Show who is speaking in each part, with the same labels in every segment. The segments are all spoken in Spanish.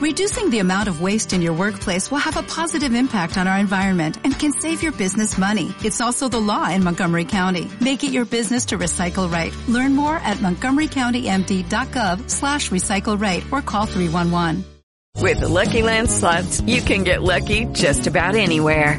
Speaker 1: Reducing the amount of waste in your workplace will have a positive impact on our environment and can save your business money. It's also the law in Montgomery County. Make it your business to recycle right. Learn more at montgomerycountymd.gov slash recycle right or call 311.
Speaker 2: With the Lucky Land slots, you can get lucky just about anywhere.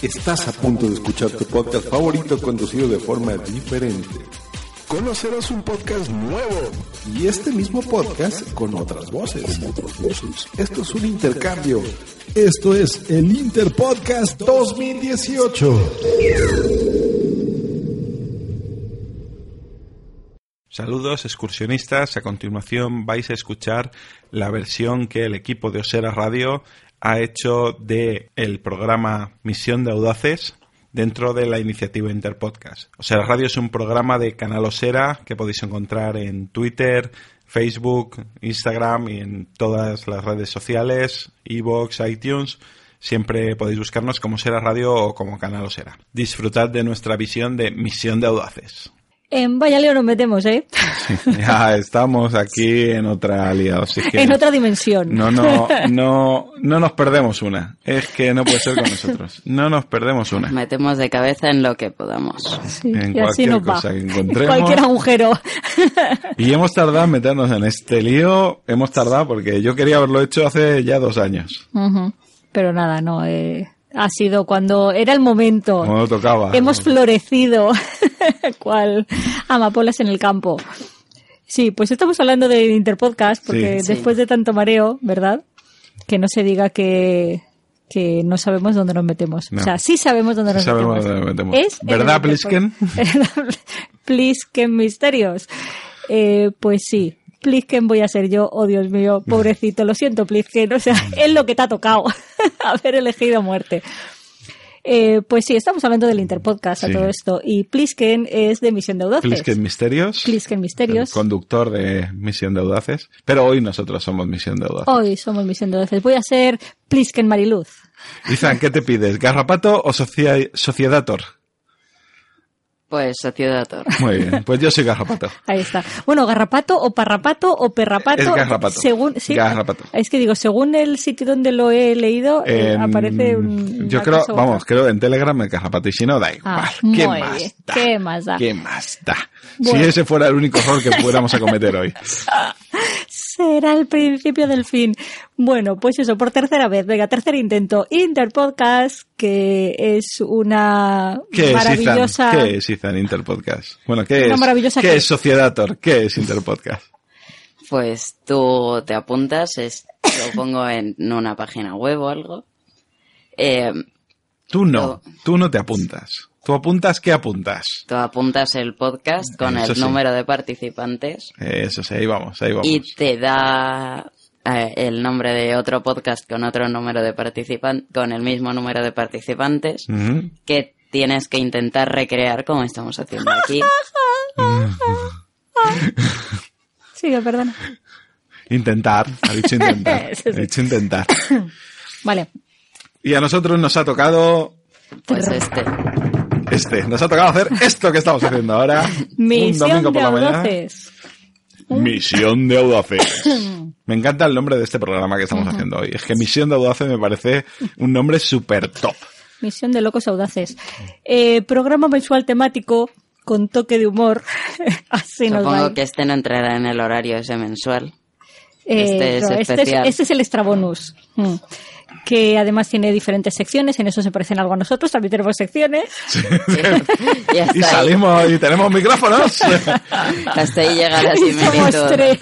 Speaker 3: Estás a punto de escuchar tu podcast favorito conducido de forma diferente.
Speaker 4: Conocerás un podcast nuevo.
Speaker 3: Y este mismo podcast con otras voces. Esto es un intercambio. Esto es el Interpodcast 2018.
Speaker 5: Saludos excursionistas, a continuación vais a escuchar la versión que el equipo de Osera Radio ha hecho de el programa Misión de Audaces dentro de la iniciativa Interpodcast. Osera Radio es un programa de Canal Osera que podéis encontrar en Twitter, Facebook, Instagram y en todas las redes sociales, iVoox, iTunes. Siempre podéis buscarnos como Osera Radio o como Canal Osera. Disfrutad de nuestra visión de Misión de Audaces.
Speaker 6: En vaya lío nos metemos, ¿eh? Sí,
Speaker 5: ya estamos aquí en otra liado, así que
Speaker 6: en otra dimensión.
Speaker 5: No, no, no, no nos perdemos una. Es que no puede ser con nosotros. No nos perdemos una.
Speaker 7: Metemos de cabeza en lo que podamos.
Speaker 6: Sí,
Speaker 5: en
Speaker 6: y así
Speaker 5: cualquier
Speaker 6: nos va.
Speaker 5: cosa que encontremos.
Speaker 6: Cualquier agujero.
Speaker 5: Y hemos tardado en meternos en este lío. Hemos tardado porque yo quería haberlo hecho hace ya dos años.
Speaker 6: Ujú. Pero nada, no. Eh, ha sido cuando era el momento.
Speaker 5: Como no tocaba.
Speaker 6: Hemos florecido, cual amapolas en el campo. Sí, pues estamos hablando de Interpodcast, porque
Speaker 5: Sí. Sí.
Speaker 6: después de tanto mareo, ¿verdad? Que no se diga que, que no sabemos dónde nos metemos.
Speaker 5: No.
Speaker 6: O sea, sí sabemos dónde nos
Speaker 5: Sabemos
Speaker 6: metemos.
Speaker 5: dónde nos metemos.
Speaker 6: Es en el
Speaker 5: ¿Verdad,
Speaker 6: Interpod-
Speaker 5: Plisken?
Speaker 6: Plisken Misterios. Eh, pues sí. Plisken voy a ser yo, oh Dios mío, pobrecito, lo siento Plisken, o sea, es lo que te ha tocado, haber elegido muerte. Eh, pues sí, estamos hablando del Interpodcast
Speaker 5: Sí.
Speaker 6: a todo esto. Y Plisken es de Misión de Audaces.
Speaker 5: Plisken Misterios.
Speaker 6: Plisken Misterios.
Speaker 5: El conductor de Misión de Audaces. Pero hoy nosotros somos Misión de Audaces.
Speaker 6: Hoy somos Misión de Audaces. Voy a ser Plisken Mariluz.
Speaker 5: Izan, ¿qué te pides? ¿Garrapato o socia- Sociedator?
Speaker 7: Pues Sociedator.
Speaker 5: Muy bien, pues yo soy Garrapato.
Speaker 6: Ahí está. Bueno, garrapato o parrapato o perrapato.
Speaker 5: Es garrapato.
Speaker 6: Según, sí,
Speaker 5: Garrapato.
Speaker 6: Es que digo, según el sitio donde lo he leído, eh,
Speaker 5: En-
Speaker 6: aparece un.
Speaker 5: mm, Yo
Speaker 6: una
Speaker 5: creo,
Speaker 6: cosa u otra.
Speaker 5: vamos, creo en Telegram el Garrapato y si no, da igual.
Speaker 6: Ah,
Speaker 5: ¿Qué
Speaker 6: muy
Speaker 5: más
Speaker 6: bien.
Speaker 5: da?
Speaker 6: ¿Qué más da?
Speaker 5: ¿Qué más da?
Speaker 6: Bueno.
Speaker 5: Si ese fuera el único error que pudiéramos a cometer hoy.
Speaker 6: Será el principio del fin. Bueno, pues eso, por tercera vez. Venga, tercer intento. Interpodcast, que es una
Speaker 5: ¿Qué es Izan?
Speaker 6: maravillosa.
Speaker 5: ¿Qué es Izan Interpodcast? Bueno, ¿qué
Speaker 6: Una
Speaker 5: es?
Speaker 6: maravillosa
Speaker 5: ¿Qué
Speaker 6: qué?
Speaker 5: es Sociedator? ¿Qué es Interpodcast?
Speaker 7: Pues tú te apuntas, es- lo pongo en una página web o algo. Eh,
Speaker 5: Tú no, tú no te apuntas. Tú apuntas, ¿qué apuntas?
Speaker 7: tú apuntas el podcast con
Speaker 5: Eso
Speaker 7: el
Speaker 5: sí.
Speaker 7: número de participantes
Speaker 5: Eh, Eso sí, ahí vamos, ahí vamos.
Speaker 7: y te da eh, el nombre de otro podcast con otro número de participantes, con el mismo número de participantes
Speaker 5: Ujú.
Speaker 7: que tienes que intentar recrear como estamos haciendo aquí.
Speaker 6: Sigue, perdona.
Speaker 5: Intentar, ha dicho intentar.
Speaker 6: Eso sí.
Speaker 5: Ha dicho intentar.
Speaker 6: Vale.
Speaker 5: Y a nosotros nos ha tocado
Speaker 7: Pues este.
Speaker 5: este. Nos ha tocado hacer esto que estamos haciendo ahora. un
Speaker 6: Misión
Speaker 5: domingo
Speaker 6: de
Speaker 5: por la mañana.
Speaker 6: audaces.
Speaker 5: Misión de Audaces. Me encanta el nombre de este programa que estamos haciendo hoy. Es que Misión de Audaces me parece un nombre súper top.
Speaker 6: Misión de locos audaces. Eh, programa mensual temático con toque de humor. Así nos
Speaker 7: Supongo
Speaker 6: va.
Speaker 7: que este no entrará en el horario ese mensual.
Speaker 6: Eh,
Speaker 7: este es
Speaker 6: no,
Speaker 7: especial.
Speaker 6: este es el extra bonus. Mm. Que además tiene diferentes secciones, en eso se parecen algo a nosotros, también tenemos secciones.
Speaker 7: Y hasta,
Speaker 5: Y
Speaker 7: ahí,
Speaker 5: salimos y tenemos micrófonos.
Speaker 7: hasta ahí llega la
Speaker 6: Y somos
Speaker 7: similitud.
Speaker 6: tres.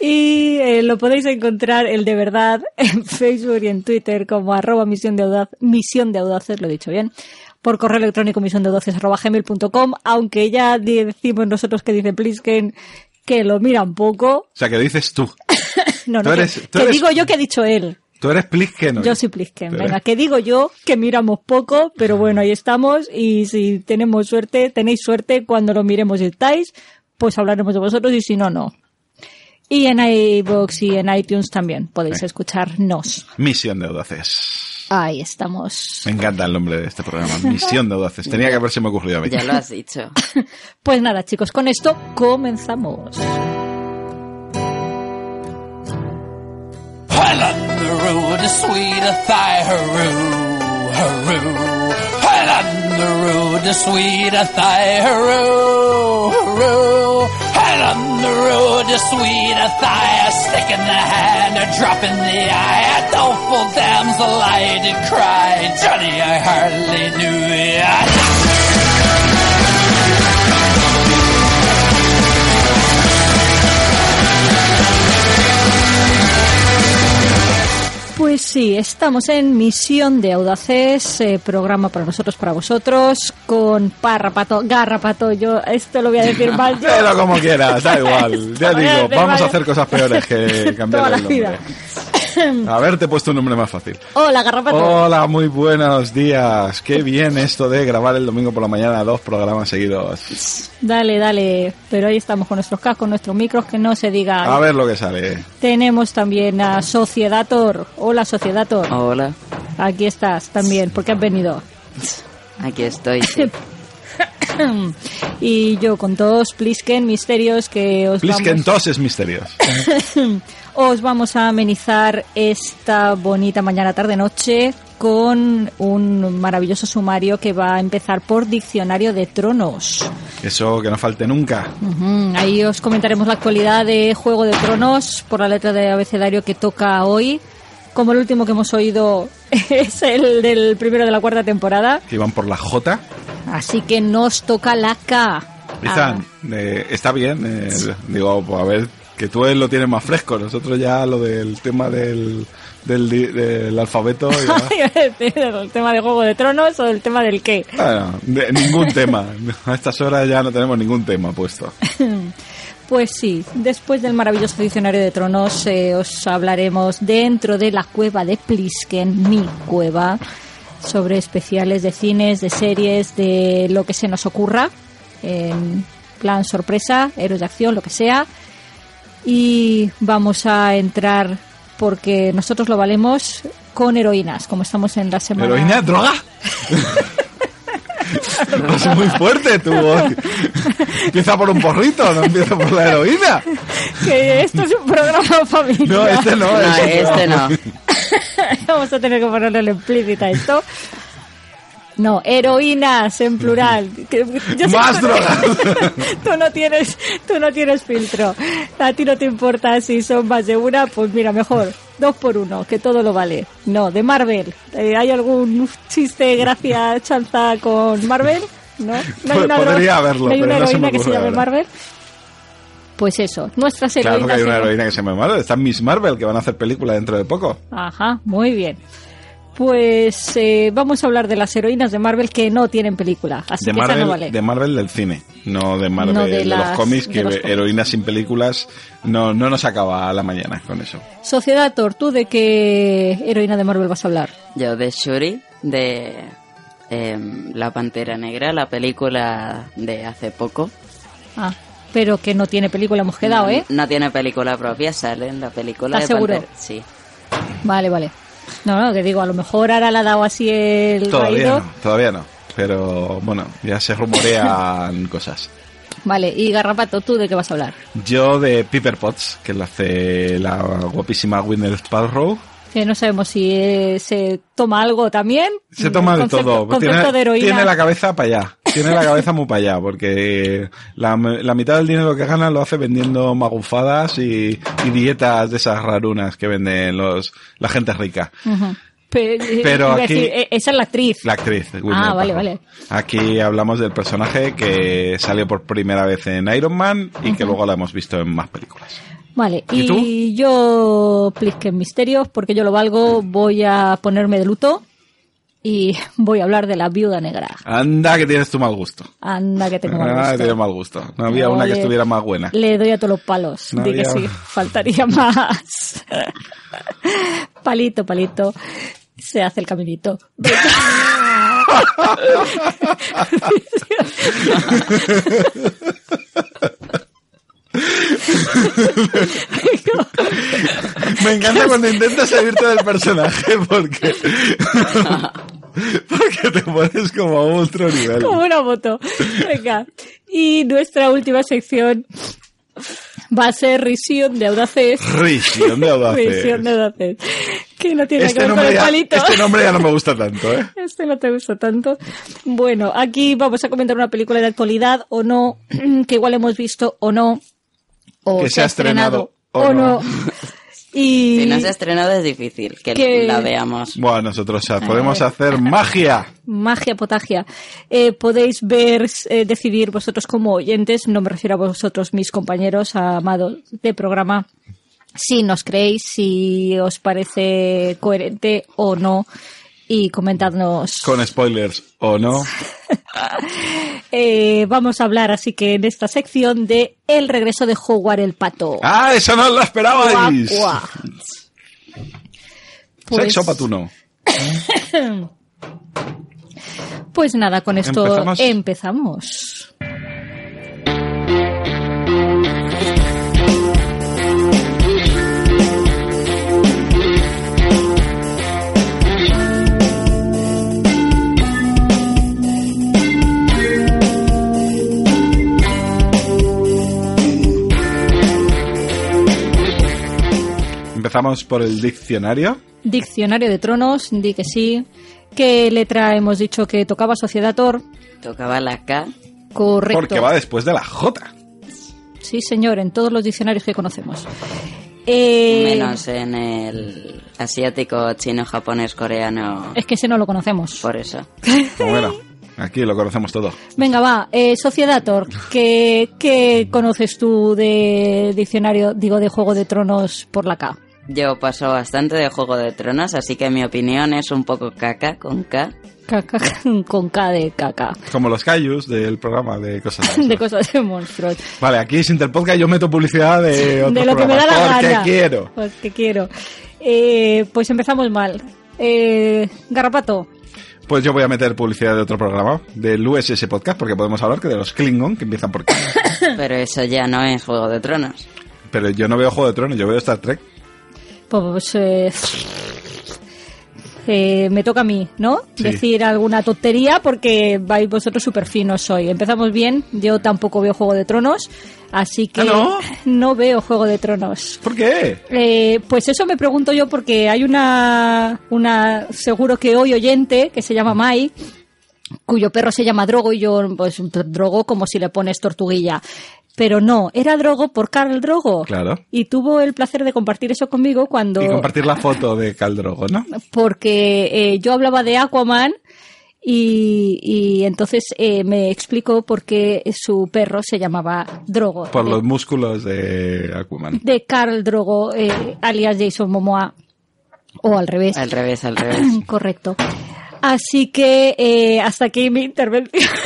Speaker 6: y eh, lo podéis encontrar el de verdad en Facebook y en Twitter como arroba misión de audaz, misión de audaces, lo he dicho bien. Por correo electrónico misión de audaces arroba gmail.com, aunque ya decimos nosotros que dice Plisken que lo miran poco.
Speaker 5: O sea, que dices tú.
Speaker 6: No,
Speaker 5: Tú
Speaker 6: no, que-
Speaker 5: eres- tú
Speaker 6: que
Speaker 5: eres-
Speaker 6: digo yo que ha dicho él.
Speaker 5: Tú eres Plisken.
Speaker 6: Yo soy Plisken.
Speaker 5: Pero-
Speaker 6: Venga, que digo yo que miramos poco, pero bueno, ahí estamos. Y si tenemos suerte, tenéis suerte, cuando lo miremos y estáis, pues hablaremos de vosotros y si no, no. Y en iVoox y en iTunes también podéis
Speaker 5: Sí.
Speaker 6: escucharnos.
Speaker 5: Misión de Audaces.
Speaker 6: Ahí estamos.
Speaker 5: Me encanta el nombre de este programa. Misión de Audaces. Tenía que haberse me ocurrido a mí.
Speaker 7: Ya lo has dicho.
Speaker 6: Pues nada, chicos, con esto comenzamos.
Speaker 8: Well, on the road to sweet a thigh, hooroo, hooroo. Well, on the road to sweet a thigh, hooroo, hooroo. Well, on the road to sweet a thigh, a stick in the hand, a drop in the eye, a doleful damsel I did cry. Johnny, I hardly knew ya.
Speaker 6: Pues sí, estamos en Misión de Audaces, eh, programa para nosotros, para vosotros, con Parrapato, Garrapato, yo esto lo voy a decir mal yo.
Speaker 5: Pero como quieras, Ah, da igual.
Speaker 6: Esto
Speaker 5: Ya
Speaker 6: lo voy a
Speaker 5: digo,
Speaker 6: decir
Speaker 5: vamos a
Speaker 6: mal.
Speaker 5: hacer cosas peores que cambiar
Speaker 6: Toda la
Speaker 5: el nombre.
Speaker 6: vida.
Speaker 5: Haberte puesto un nombre más fácil.
Speaker 6: Hola, Garrapato.
Speaker 5: Hola, muy buenos días. Qué bien esto de grabar el domingo por la mañana dos programas seguidos.
Speaker 6: Dale, dale, pero ahí estamos con nuestros cascos, nuestros micros, que no se diga.
Speaker 5: A ver lo que sale.
Speaker 6: Tenemos también a Sociedator. Hola, Sociedator.
Speaker 7: Hola,
Speaker 6: Aquí estás también, porque has venido.
Speaker 7: aquí estoy. sí.
Speaker 6: Y yo con todos Plisken Misterios que os vamos...
Speaker 5: Pliskentos misterios.
Speaker 6: Os vamos a amenizar esta bonita mañana, tarde, noche con un maravilloso sumario que va a empezar por Diccionario de Tronos.
Speaker 5: Eso que no falte nunca.
Speaker 6: Ujú, Ahí os comentaremos la actualidad de Juego de Tronos por la letra de abecedario que toca hoy. Como el último que hemos oído es el del primero de la cuarta temporada.
Speaker 5: Que iban por la J.
Speaker 6: Así que nos toca la K.
Speaker 5: Izan, eh, está bien. eh, digo, pues a ver, que tú lo tienes más fresco. Nosotros ya lo del tema del, del, di- del alfabeto.
Speaker 6: Ah.
Speaker 5: ya-
Speaker 6: ¿El tema de Juego de Tronos o el tema del qué?
Speaker 5: Bueno, de- ningún tema. A estas horas ya no tenemos ningún tema puesto.
Speaker 6: Pues sí, después del maravilloso diccionario de tronos eh, os hablaremos dentro de la cueva de Plisken, mi cueva, sobre especiales de cines, de series, de lo que se nos ocurra, en plan sorpresa, héroes de acción, lo que sea. Y vamos a entrar, porque nosotros lo valemos, con heroínas, como estamos en la semana...
Speaker 5: ¿Heroína? ¿Droga? Es muy fuerte tu voz. Empieza por un porrito, no empieza por la heroína.
Speaker 6: Que esto es un programa familiar.
Speaker 5: No, este no.
Speaker 7: No,
Speaker 5: es otro.
Speaker 7: este no.
Speaker 6: Vamos a tener que ponerle la implícita a esto. No, heroínas en plural. Que- yo sé que
Speaker 5: Más
Speaker 6: tú no-
Speaker 5: drogas.
Speaker 6: tú no tienes, tú no tienes filtro. A ti no te importa si son más de una, pues mira, mejor dos por uno, que todo lo vale. No, de Marvel. Eh, ¿Hay algún chiste, gracia, chanza con Marvel? No, no hay
Speaker 5: Pod-
Speaker 6: una, dro-
Speaker 5: Pues podría haberlo,
Speaker 6: ¿no hay
Speaker 5: pero
Speaker 6: una
Speaker 5: no se me
Speaker 6: heroína que se
Speaker 5: ocurre
Speaker 6: llame
Speaker 5: ahora.
Speaker 6: Marvel. Pues eso, nuestras
Speaker 5: Claro
Speaker 6: heroínas.
Speaker 5: que hay una
Speaker 6: en-
Speaker 5: heroína que se llama Marvel. Está Miss Marvel, que van a hacer película dentro de poco.
Speaker 6: Ajá, muy bien. Pues eh, vamos a hablar de las heroínas de Marvel que no tienen película, así
Speaker 5: De
Speaker 6: que
Speaker 5: Marvel,
Speaker 6: esa no vale.
Speaker 5: de Marvel del cine, no de Marvel
Speaker 6: No de
Speaker 5: de,
Speaker 6: las-
Speaker 5: los cómics, que
Speaker 6: de los cómics.
Speaker 5: heroínas sin películas no, no nos acaba la mañana con eso.
Speaker 6: Sociedad Thor, ¿tú de qué heroína de Marvel vas a hablar?
Speaker 7: Yo de Shuri, de em, La Pantera Negra, la película de hace poco.
Speaker 6: Ah, pero que no tiene película, hemos quedado, ¿eh?
Speaker 7: No tiene película propia, sale en la película
Speaker 6: ¿Estás
Speaker 7: de
Speaker 6: seguro?
Speaker 7: Pantera. Sí.
Speaker 6: Vale, vale. No, no, que digo, a lo mejor ahora le ha dado así el
Speaker 5: Todavía
Speaker 6: raído.
Speaker 5: no, todavía no. Pero bueno, ya se rumorean cosas.
Speaker 6: Vale, y Garrapato, ¿tú de qué vas a hablar?
Speaker 5: Yo de Piper Potts, que la hace la guapísima Winner Sparrow.
Speaker 6: Que no sabemos si eh, se toma algo también.
Speaker 5: Se toma
Speaker 6: El
Speaker 5: de
Speaker 6: Mm, concepto-
Speaker 5: todo.
Speaker 6: Concepto
Speaker 5: Tiene,
Speaker 6: de heroína.
Speaker 5: tiene la cabeza para allá. Tiene la cabeza muy para allá, porque la, la mitad del dinero que gana lo hace vendiendo magufadas y, y dietas de esas rarunas que venden los, la gente rica.
Speaker 6: Ujú. Pe-
Speaker 5: Pero
Speaker 6: iba a
Speaker 5: aquí-
Speaker 6: decir, eh, esa es la actriz.
Speaker 5: La actriz. Gwyneth
Speaker 6: Ah, vale,
Speaker 5: Paltrow.
Speaker 6: vale.
Speaker 5: Aquí hablamos del personaje que salió por primera vez en Iron Man y que luego la hemos visto en más películas.
Speaker 6: Vale,
Speaker 5: ¿Y tú?
Speaker 6: y, yo, Plisken Misterios, porque yo lo valgo, voy a ponerme de luto. y voy a hablar de la viuda negra.
Speaker 5: Anda, que tienes tu mal gusto.
Speaker 6: Anda, que tengo mal
Speaker 5: Ah,
Speaker 6: gusto.
Speaker 5: tienes mal gusto. No había
Speaker 6: No,
Speaker 5: una que
Speaker 6: le-
Speaker 5: estuviera más buena.
Speaker 6: Le doy a todos los palos.
Speaker 5: No
Speaker 6: di que
Speaker 5: había-
Speaker 6: sí, faltaría más. palito, palito. Se hace el caminito.
Speaker 5: Me encanta cuando intentas salirte del personaje porque. porque te pones como a otro nivel.
Speaker 6: Como una moto. Venga. Y nuestra última sección va a ser Risión de Audaces.
Speaker 5: Risión de
Speaker 6: Risión de
Speaker 5: audaces.
Speaker 6: Audaces. Que no tiene
Speaker 5: Este
Speaker 6: que ver con
Speaker 5: nombre,
Speaker 6: el
Speaker 5: ya,
Speaker 6: palito.
Speaker 5: este nombre ya no me gusta tanto, ¿eh?
Speaker 6: Este no te gusta tanto. Bueno, aquí vamos a comentar una película de actualidad o no, que igual hemos visto o no. O
Speaker 5: Que se ha estrenado
Speaker 6: o no. Y
Speaker 7: Si no se ha estrenado es difícil que
Speaker 6: Que-
Speaker 7: la veamos.
Speaker 5: Bueno, nosotros o sea, podemos hacer magia.
Speaker 6: magia potagia. Eh, podéis ver, eh, decidir vosotros como oyentes, no me refiero a vosotros, mis compañeros amados de programa, si nos creéis, si os parece coherente o no. Y comentadnos.
Speaker 5: Con spoilers o no.
Speaker 6: Eh, vamos a hablar así que en esta sección de El regreso de Howard el pato.
Speaker 5: ¡Ah, eso no lo esperabais!
Speaker 6: Guau, guau. Pues,
Speaker 5: Sexo patuno.
Speaker 6: pues nada, con esto
Speaker 5: ¿Empezamos?
Speaker 6: empezamos.
Speaker 5: Empezamos por el diccionario.
Speaker 6: Diccionario de Tronos, di que sí. ¿Qué letra hemos dicho que tocaba Sociedad Thor?
Speaker 7: Tocaba la K.
Speaker 6: Correcto.
Speaker 5: Porque va después de la J.
Speaker 6: Sí, señor, en todos los diccionarios que conocemos. Eh,
Speaker 7: Menos en el asiático, chino, japonés, coreano.
Speaker 6: Es que ese no lo conocemos.
Speaker 7: Por eso.
Speaker 5: Bueno, aquí lo conocemos todo.
Speaker 6: Venga, va, eh, Sociedad Thor, ¿qué, qué conoces tú de diccionario, digo, de Juego de Tronos por la K?
Speaker 7: Yo paso bastante de Juego de Tronos, así que mi opinión es un poco caca con K.
Speaker 6: Caca, con K de caca.
Speaker 5: Como los Cayus del programa de cosas. de esas.
Speaker 6: De cosas de monstruos.
Speaker 5: Vale, aquí sin Interpodcast yo meto publicidad de otro
Speaker 6: de lo que me da
Speaker 5: programa,
Speaker 6: la
Speaker 5: porque
Speaker 6: gana.
Speaker 5: quiero.
Speaker 6: Porque quiero. Eh, pues empezamos mal. Eh, Garrapato,
Speaker 5: Pues yo voy a meter publicidad de otro programa, del USS Podcast, porque podemos hablar que de los Klingon, que empiezan por K.
Speaker 7: Pero eso ya no es Juego de Tronos.
Speaker 5: Pero yo no veo Juego de Tronos, yo veo Star Trek.
Speaker 6: pues... eh, eh, me toca a mí, ¿no?
Speaker 5: Sí.
Speaker 6: Decir alguna tontería porque vais vosotros súper finos hoy. Empezamos bien, yo tampoco veo Juego de Tronos, así que
Speaker 5: ¿Ah, no?
Speaker 6: no veo Juego de Tronos.
Speaker 5: ¿Por qué?
Speaker 6: Eh, pues eso me pregunto yo porque hay una, una seguro que hoy oyente que se llama Mai cuyo perro se llama Drogo y yo pues Drogo como si le pones tortuguilla. Pero no, era Drogo por Carl Drogo.
Speaker 5: Claro.
Speaker 6: Y tuvo el placer de compartir eso conmigo cuando
Speaker 5: Y compartir la foto de Caldrogo, ¿no?
Speaker 6: porque eh, yo hablaba de Aquaman y, y entonces eh, me explicó por qué su perro se llamaba Drogo. Eh,
Speaker 5: Por
Speaker 6: de,
Speaker 5: los músculos de Aquaman.
Speaker 6: de Carl Drogo, eh, alias Jason Momoa, o al revés.
Speaker 7: Al revés, al revés.
Speaker 6: Correcto. Así que eh, hasta aquí mi intervención.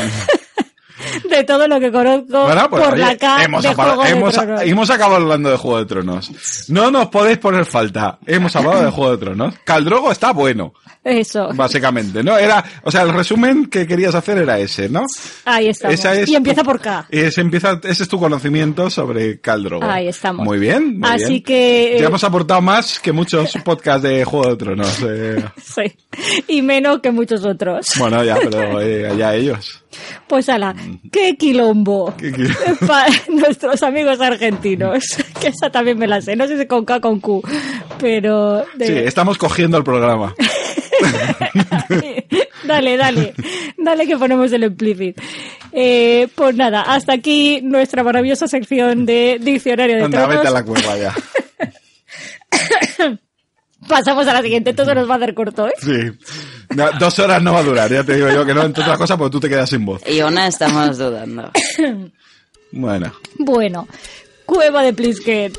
Speaker 6: De todo lo que conozco
Speaker 5: Bueno, pues,
Speaker 6: por
Speaker 5: oye,
Speaker 6: la cara
Speaker 5: hemos,
Speaker 6: de
Speaker 5: apara-
Speaker 6: Juego de
Speaker 5: hemos-
Speaker 6: Tronos.
Speaker 5: hemos acabado hablando de Juego de Tronos. No nos podéis poner falta. Hemos hablado de Juego de Tronos. Caldrogo está bueno,
Speaker 6: Eso,
Speaker 5: básicamente, ¿no? Era, o sea, el resumen que querías hacer era ese, ¿no?
Speaker 6: ahí estamos.
Speaker 5: Esa es
Speaker 6: y empieza
Speaker 5: tu-
Speaker 6: por K.
Speaker 5: Ese, empieza, ese es tu conocimiento sobre Caldrogo.
Speaker 6: Ahí estamos.
Speaker 5: Muy bien. muy
Speaker 6: Así
Speaker 5: bien.
Speaker 6: que, eh,
Speaker 5: Ya hemos aportado más que muchos podcasts de Juego de Tronos. eh.
Speaker 6: Sí. Y menos que muchos otros.
Speaker 5: Bueno, ya, pero eh, allá ellos.
Speaker 6: Pues ala, qué quilombo.
Speaker 5: Qué quilombo.
Speaker 6: Para nuestros amigos argentinos. Que esa también me la sé. No sé si con K o con Q. Pero... de-
Speaker 5: Sí, estamos cogiendo el programa.
Speaker 6: dale, dale, dale que ponemos el implícit. Eh, pues nada, hasta aquí nuestra maravillosa sección de diccionario de
Speaker 5: Anda, vete a
Speaker 6: tronos.
Speaker 5: la cueva ya.
Speaker 6: Pasamos a la siguiente, todo nos va a hacer corto, ¿eh?
Speaker 5: Sí. No, dos horas no va a durar, ya te digo yo que no, entre otras cosas, porque tú te quedas sin voz.
Speaker 7: Y una estamos dudando.
Speaker 5: Bueno,
Speaker 6: Bueno, cueva de Plisket.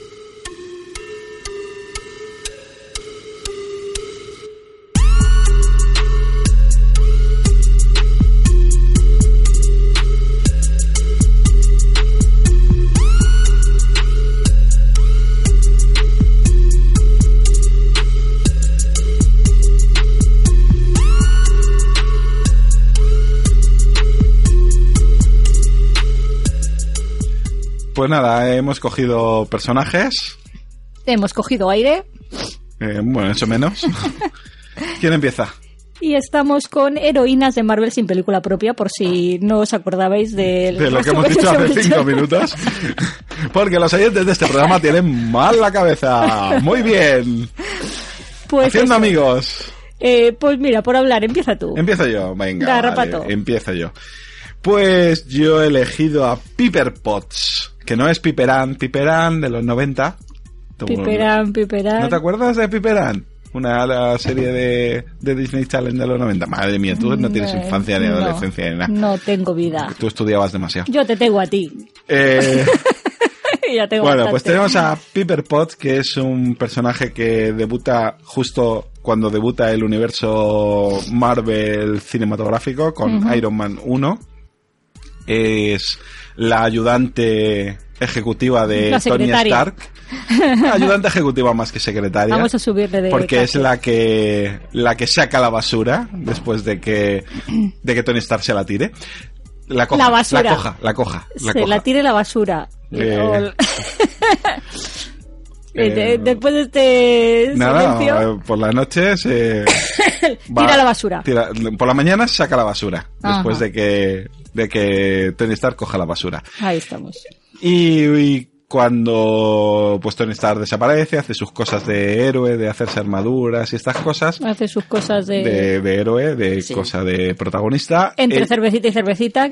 Speaker 5: Pues nada, hemos cogido personajes.
Speaker 6: Hemos cogido aire
Speaker 5: eh, bueno, eso menos. ¿Quién empieza?
Speaker 6: y estamos con heroínas de Marvel sin película propia, por si no os acordabais del
Speaker 5: De lo que
Speaker 6: resto
Speaker 5: hemos dicho
Speaker 6: hemos
Speaker 5: hace
Speaker 6: hecho.
Speaker 5: cinco minutos. Porque los oyentes de este programa tienen mal la cabeza. Muy bien.
Speaker 6: Pues,
Speaker 5: Haciendo
Speaker 6: eso.
Speaker 5: amigos.
Speaker 6: Eh, pues mira, por hablar, empieza tú.
Speaker 5: Empiezo yo, venga.
Speaker 6: Garrapato.
Speaker 5: vale, empiezo yo. Pues yo he elegido a Piper Potts, que no es Piperán, Piperán de los 90. Tú-
Speaker 6: Piperán, piperán.
Speaker 5: ¿No te acuerdas de Piperán? Una la serie de, de Disney Challenge de los 90. Madre mía, tú no tienes
Speaker 6: No,
Speaker 5: infancia ni
Speaker 6: Eh, no,
Speaker 5: adolescencia ni nada.
Speaker 6: No tengo vida.
Speaker 5: Tú estudiabas demasiado.
Speaker 6: Yo te tengo a ti.
Speaker 5: Eh,
Speaker 6: ya tengo
Speaker 5: bueno,
Speaker 6: bastante.
Speaker 5: pues tenemos a Piper Potts, que es un personaje que debuta justo cuando debuta el universo Marvel cinematográfico con Iron Man 1. Es la ayudante ejecutiva de
Speaker 6: La
Speaker 5: Tony
Speaker 6: secretaria.
Speaker 5: Stark. Ayudante ejecutiva más que secretaria.
Speaker 6: Vamos a subirle de
Speaker 5: Porque es
Speaker 6: clase.
Speaker 5: la que la que saca la basura después de que de que Tony Stark se la tire. La coja,
Speaker 6: La basura.
Speaker 5: la coja, la coja, la
Speaker 6: Se
Speaker 5: coja.
Speaker 6: la tire la basura.
Speaker 5: Eh,
Speaker 6: O el- Eh, de-
Speaker 5: eh,
Speaker 6: Después de este
Speaker 5: Nada,
Speaker 6: silencio,
Speaker 5: eh, por las noches eh,
Speaker 6: Tira la basura.
Speaker 5: tira- por la mañana saca la basura
Speaker 6: Ajá.
Speaker 5: después de que de que Tony Stark coja la basura.
Speaker 6: ahí estamos.
Speaker 5: Y, y cuando pues Tony Stark desaparece, hace sus cosas de héroe, de hacerse armaduras y estas cosas
Speaker 6: Hace sus cosas de...
Speaker 5: de, de héroe, de
Speaker 7: Sí.
Speaker 5: cosa de protagonista.
Speaker 6: Entre
Speaker 5: Eh,
Speaker 6: cervecita y cervecita,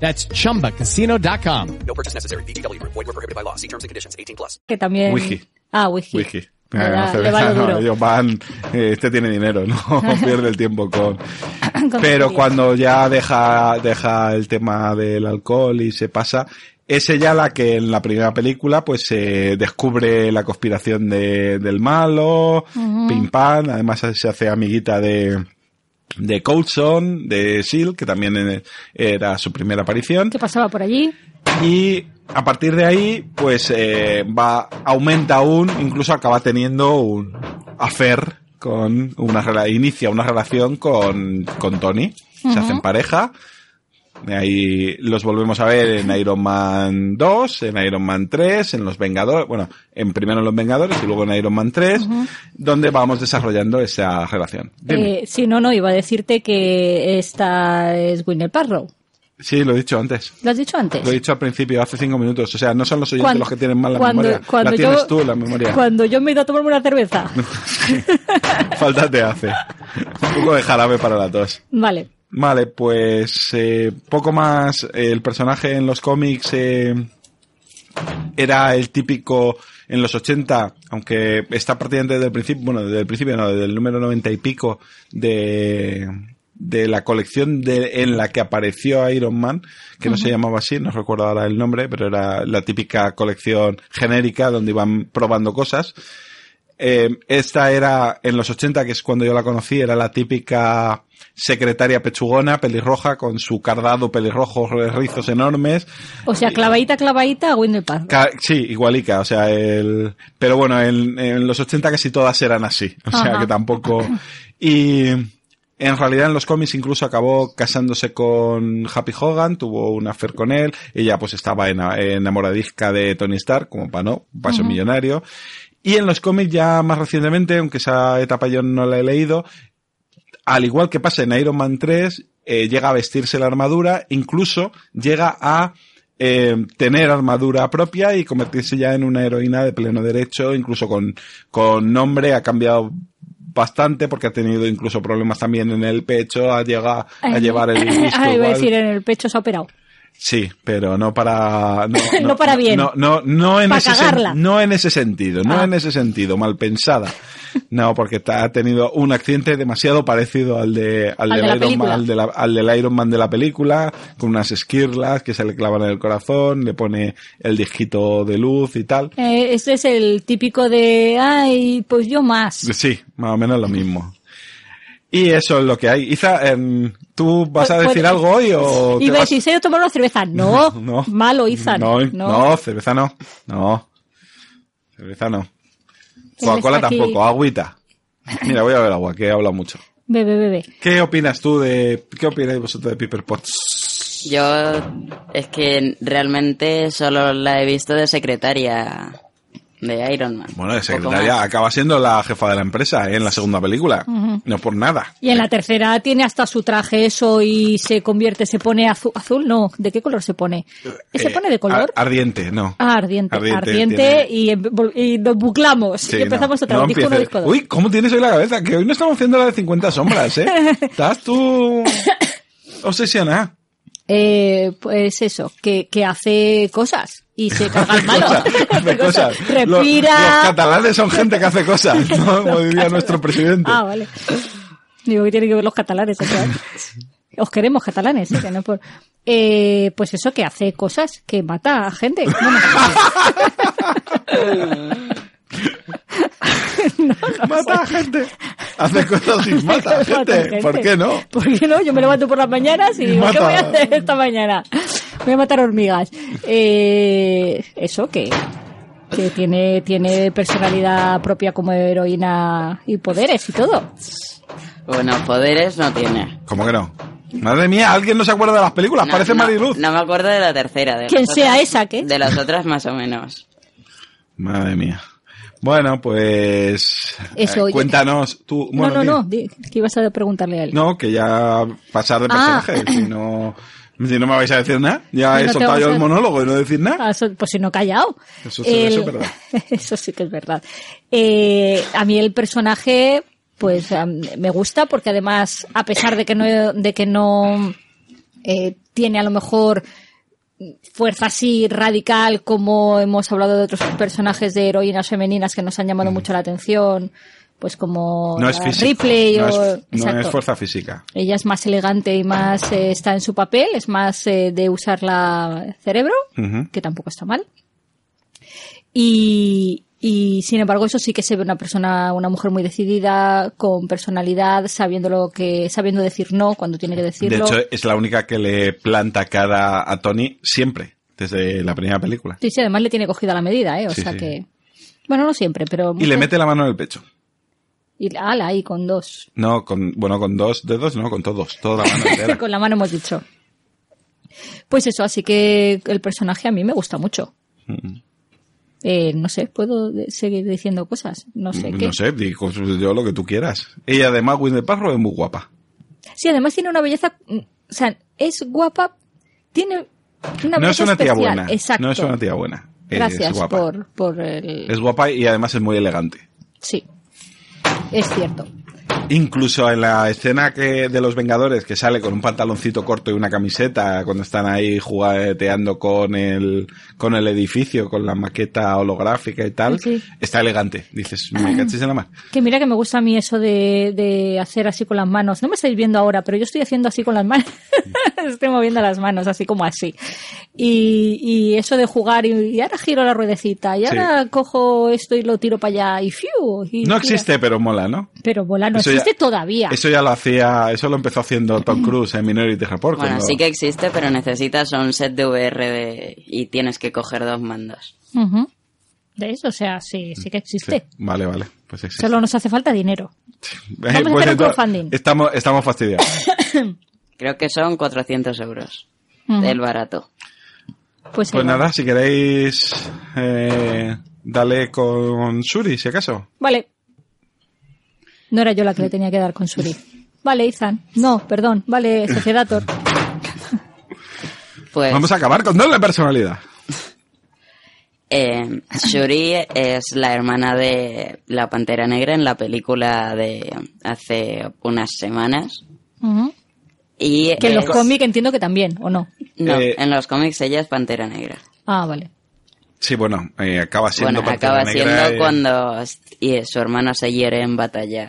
Speaker 8: That's chumbacasino.com.
Speaker 6: que también...
Speaker 5: Wiki.
Speaker 6: Ah, wiki.
Speaker 5: Wiki.
Speaker 6: Le
Speaker 5: Eh,
Speaker 6: da-
Speaker 5: cerveza,
Speaker 6: le va lo
Speaker 5: no,
Speaker 6: duro.
Speaker 5: ellos van, eh, este tiene dinero, no pierde el tiempo con...
Speaker 6: Con
Speaker 5: Pero
Speaker 6: tonterías.
Speaker 5: cuando ya deja, deja el tema del alcohol y se pasa, es ella la que en la primera película pues se descubre la conspiración de- del malo, pim pam, además se hace amiguita de, de Coulson, de Seal, que también eh, era su primera aparición.
Speaker 6: ¿Qué pasaba por allí?
Speaker 5: Y a partir de ahí, pues eh, va, aumenta aún, incluso acaba teniendo un affair con una rela- inicia una relación con, con Tony. Se hacen pareja. De Ahí los volvemos a ver en Iron Man 2, en Iron Man 3, en Los Vengadores, bueno, en primero en Los Vengadores y luego en Iron Man 3, donde vamos desarrollando esa relación. Dime.
Speaker 6: Eh, si no, no, iba a decirte que esta es Winner Parrow.
Speaker 5: sí, lo he dicho antes.
Speaker 6: ¿Lo has dicho antes?
Speaker 5: Lo he dicho al principio, hace cinco minutos. O sea, no son los oyentes
Speaker 6: Cuan-
Speaker 5: los que tienen mal la
Speaker 6: cuando-
Speaker 5: memoria.
Speaker 6: cuando
Speaker 5: la tienes
Speaker 6: yo-
Speaker 5: tú, la memoria.
Speaker 6: Cuando yo me he ido a tomarme una cerveza.
Speaker 5: Falta te hace. Un poco de jarabe para la tos.
Speaker 6: vale.
Speaker 5: Vale, pues eh, poco más. eh, el personaje en los cómics eh, era el típico en los 80, aunque está partiendo desde el principio, bueno, desde el principio no, desde el número 90 y pico de, de la colección de, en la que apareció Iron Man, que no se llamaba así, no recuerdo ahora el nombre, pero era la típica colección genérica donde iban probando cosas. Eh, esta era en los 80, que es cuando yo la conocí, era la típica secretaria pechugona, pelirroja, con su cardado pelirrojo, rizos enormes.
Speaker 6: O sea, clavadita, clavadita a Winner Parrow.
Speaker 5: Ca- sí, igualica, o sea, el... Pero bueno, en, en los 80 casi todas eran así, o sea,
Speaker 6: Ajá.
Speaker 5: que tampoco... Y en realidad en los cómics incluso acabó casándose con Happy Hogan, tuvo una affair con él, ella pues estaba ena- enamoradizca de Tony Stark, como para no, paso millonario. Y en los cómics ya más recientemente, aunque esa etapa yo no la he leído, al igual que pasa en Iron Man 3, eh, llega a vestirse la armadura, incluso llega a eh, tener armadura propia y convertirse ya en una heroína de pleno derecho, incluso con, con nombre, ha cambiado bastante porque ha tenido incluso problemas también en el pecho, ha llegado a llevar el disco
Speaker 6: Ah, iba a
Speaker 5: igual.
Speaker 6: decir, en el pecho se ha operado.
Speaker 5: Sí, pero no para no,
Speaker 6: No para bien.
Speaker 5: No, no, no en
Speaker 6: Pa'
Speaker 5: ese sen-
Speaker 6: cagarla.
Speaker 5: no en ese sentido, no en ese sentido, mal pensada. No, porque ta- ha tenido un accidente demasiado parecido al de
Speaker 9: Al
Speaker 5: al, del
Speaker 9: de la
Speaker 5: Iron Man,
Speaker 9: película.
Speaker 5: al, de la- al del Iron Man de la película, con unas esquirlas que se le clavan en el corazón, le pone el disquito de luz y tal.
Speaker 6: Eh, este es el típico de, ay, pues yo más.
Speaker 5: Sí, más o menos lo mismo. Y eso es lo que hay. Iza, em, ¿tú vas a
Speaker 6: Pues-
Speaker 5: decir algo hoy o
Speaker 6: Y
Speaker 5: te
Speaker 6: ves,
Speaker 5: vas-
Speaker 6: si se tomar una cerveza. No,
Speaker 5: No.
Speaker 6: malo, Izan.
Speaker 5: No,
Speaker 6: no.
Speaker 5: no, cerveza no. No. Cerveza no. Coca-Cola
Speaker 6: está aquí.
Speaker 5: tampoco, agüita. Mira, voy a ver agua, que he hablado mucho.
Speaker 6: Bebe, bebe.
Speaker 5: ¿Qué opinas tú de qué opináis vosotros de Piper Potts?
Speaker 7: Yo es que realmente solo la he visto de secretaria de Iron Man.
Speaker 5: Bueno, de
Speaker 7: Poco
Speaker 5: secretaria
Speaker 7: más.
Speaker 5: acaba siendo la jefa de la empresa ¿eh? en la segunda película.
Speaker 6: Ujú.
Speaker 5: No por nada.
Speaker 6: Y en la tercera tiene hasta su traje eso y se convierte, se pone azu- azul, no, ¿de qué color se pone? ¿Se
Speaker 5: Eh,
Speaker 6: pone de color?
Speaker 5: ar- ardiente, no.
Speaker 6: Ah, ardiente,
Speaker 5: Ardiente,
Speaker 6: ardiente,
Speaker 5: tiene-
Speaker 6: y, em- vol- y nos buclamos
Speaker 5: Sí,
Speaker 6: y empezamos
Speaker 5: no.
Speaker 6: otra
Speaker 5: No
Speaker 6: vez, disco uno,
Speaker 5: empieces.
Speaker 6: disco dos.
Speaker 5: Uy, ¿cómo tienes hoy la cabeza? Que hoy no estamos haciendo la de 50 sombras, ¿eh? Estás tú obsesionada.
Speaker 6: Eh, pues eso, que, que hace cosas y se carga al malo.
Speaker 5: hace cosas.
Speaker 6: Respira.
Speaker 5: Los, los catalanes son gente que hace cosas, ¿no? como diría nuestro presidente.
Speaker 6: Ah, vale. Digo que tiene que ver los catalanes. otra vez. Os queremos catalanes, ¿eh? que no por- Eh, pues eso, que hace cosas, que mata a gente. Bueno,
Speaker 5: mata a gente. Hace cosas y mata a gente. ¿Por qué no?
Speaker 6: ¿Por qué no? Yo me levanto por las mañanas y digo,
Speaker 5: Mata.
Speaker 6: ¿qué voy a hacer esta mañana? Voy a matar hormigas. Eh, eso que, que tiene, tiene personalidad propia como heroína y poderes y todo.
Speaker 7: Bueno, poderes no tiene.
Speaker 5: ¿Cómo que no? Madre mía, ¿alguien no se acuerda de las películas?
Speaker 7: No,
Speaker 5: Parece
Speaker 7: no,
Speaker 5: Mariluz.
Speaker 7: No me acuerdo de la tercera. De
Speaker 6: Quien
Speaker 7: las
Speaker 6: sea
Speaker 7: otras-
Speaker 6: esa, ¿qué?
Speaker 7: De las otras más o menos.
Speaker 5: Madre mía. Bueno, pues...
Speaker 6: Eso,
Speaker 5: eh,
Speaker 6: oye.
Speaker 5: cuéntanos tú... bueno,
Speaker 6: no,
Speaker 5: di-
Speaker 6: no, no, di- que ibas a preguntarle a él.
Speaker 5: No, que ya pasar de
Speaker 6: Ah.
Speaker 5: personaje. Si, no, si no me vais a decir nada, ya
Speaker 6: No,
Speaker 5: he
Speaker 6: no te
Speaker 5: soltado
Speaker 6: vamos
Speaker 5: yo
Speaker 6: a-
Speaker 5: el monólogo y no decir nada.
Speaker 6: Ah, eso- pues si no he callado.
Speaker 5: Eso sí- eso es verdad.
Speaker 6: eso sí que es verdad. Eh, a mí el personaje, pues am, me gusta porque además, a pesar de que no, de que no eh, tiene a lo mejor fuerza así radical como hemos hablado de otros personajes de heroínas femeninas que nos han llamado mucho la atención, pues como
Speaker 5: Mm. No es
Speaker 6: la
Speaker 5: físico.
Speaker 6: Ripley
Speaker 5: no,
Speaker 6: o...
Speaker 5: es, no
Speaker 6: Exacto.
Speaker 5: es fuerza física.
Speaker 6: Ella es más elegante y más eh, está en su papel, es más eh, de usar la cerebro,
Speaker 5: Ujú.
Speaker 6: que tampoco está mal. Y, y, sin embargo, eso sí que se ve una persona, una mujer muy decidida, con personalidad, sabiendo lo que, sabiendo decir no cuando tiene que
Speaker 5: De
Speaker 6: decirlo.
Speaker 5: hecho, es la única que le planta cara a Tony siempre, desde la primera película.
Speaker 6: Sí, sí, además le tiene cogida la medida, eh, o
Speaker 5: Sí,
Speaker 6: sea
Speaker 5: sí.
Speaker 6: que, bueno, no siempre, pero
Speaker 5: Y le mete la mano en el pecho.
Speaker 6: y ala ahí con dos,
Speaker 5: No, con, bueno, con dos dedos, no, con todos, toda la mano entera.
Speaker 6: con la mano hemos dicho. Pues eso, así que el personaje a mí me gusta mucho.
Speaker 5: Mm.
Speaker 6: Eh, no sé, puedo de- seguir diciendo cosas. No sé qué.
Speaker 5: Mm, No sé, digo yo lo que tú quieras. Y además, Winnie Parro es muy guapa.
Speaker 6: Sí, además tiene una belleza. mm, O sea, es guapa. Tiene una belleza.
Speaker 5: no es una tía
Speaker 6: especial.
Speaker 5: buena.
Speaker 6: Exacto.
Speaker 5: No es una tía buena. Es
Speaker 6: Gracias
Speaker 5: guapa.
Speaker 6: por, por el.
Speaker 5: Es guapa y además es muy elegante.
Speaker 6: Sí. Es cierto.
Speaker 5: Incluso en la escena que de los Vengadores que sale con un pantaloncito corto y una camiseta cuando están ahí jugueteando con el con el edificio, con la maqueta holográfica y tal,
Speaker 6: Sí.
Speaker 5: está elegante. Dices, me cachis en la mar.
Speaker 6: Que mira que me gusta a mí eso de, de hacer así con las manos. No me estáis viendo ahora, pero yo estoy haciendo así con las manos. estoy moviendo las manos, así como así. Y, y eso de jugar y, y ahora giro la ruedecita y
Speaker 5: Sí.
Speaker 6: ahora cojo esto y lo tiro para allá y fiu. y
Speaker 5: No
Speaker 6: gira.
Speaker 5: existe, pero mola, ¿no?
Speaker 6: Pero bola no
Speaker 5: Eso ya-
Speaker 6: existe todavía.
Speaker 5: Eso ya lo hacía, eso lo empezó haciendo Tom Cruise en Minority Report.
Speaker 7: Bueno,
Speaker 5: cuando-
Speaker 7: sí que existe, pero necesitas un set de VR de- y tienes que coger dos mandos.
Speaker 6: Ujú. ¿Ves? O sea, sí, sí que existe.
Speaker 5: Vale, vale. Pues existe.
Speaker 6: Solo nos hace falta dinero.
Speaker 5: Eh,
Speaker 6: vamos a
Speaker 5: pues
Speaker 6: hacer un
Speaker 5: entonces,
Speaker 6: crowdfunding.
Speaker 5: Estamos, estamos fastidiados.
Speaker 7: Creo que son 400 euros.
Speaker 6: Ujú.
Speaker 7: Del barato.
Speaker 6: Pues,
Speaker 5: Pues
Speaker 6: ahí va.
Speaker 5: nada, si queréis, eh, dale con Suri, si acaso.
Speaker 6: Vale. No era yo la que le tenía que dar con Suri. Vale, Izan. No, perdón. Vale, Sociedator.
Speaker 7: Pues
Speaker 5: Vamos a acabar con doble personalidad.
Speaker 7: eh, Shuri es la hermana de la Pantera Negra en la película de hace unas semanas.
Speaker 6: Ujú.
Speaker 7: Y
Speaker 6: Que en los
Speaker 7: es-
Speaker 6: cómics entiendo que también, ¿o no?
Speaker 7: No,
Speaker 5: Eh,
Speaker 7: en los cómics ella es Pantera Negra.
Speaker 6: Ah, vale.
Speaker 5: Sí, bueno, eh, acaba siendo
Speaker 7: Bueno,
Speaker 5: Pantera
Speaker 7: acaba
Speaker 5: Negra,
Speaker 7: siendo
Speaker 5: eh,
Speaker 7: cuando s- y su hermano se hiere en batalla.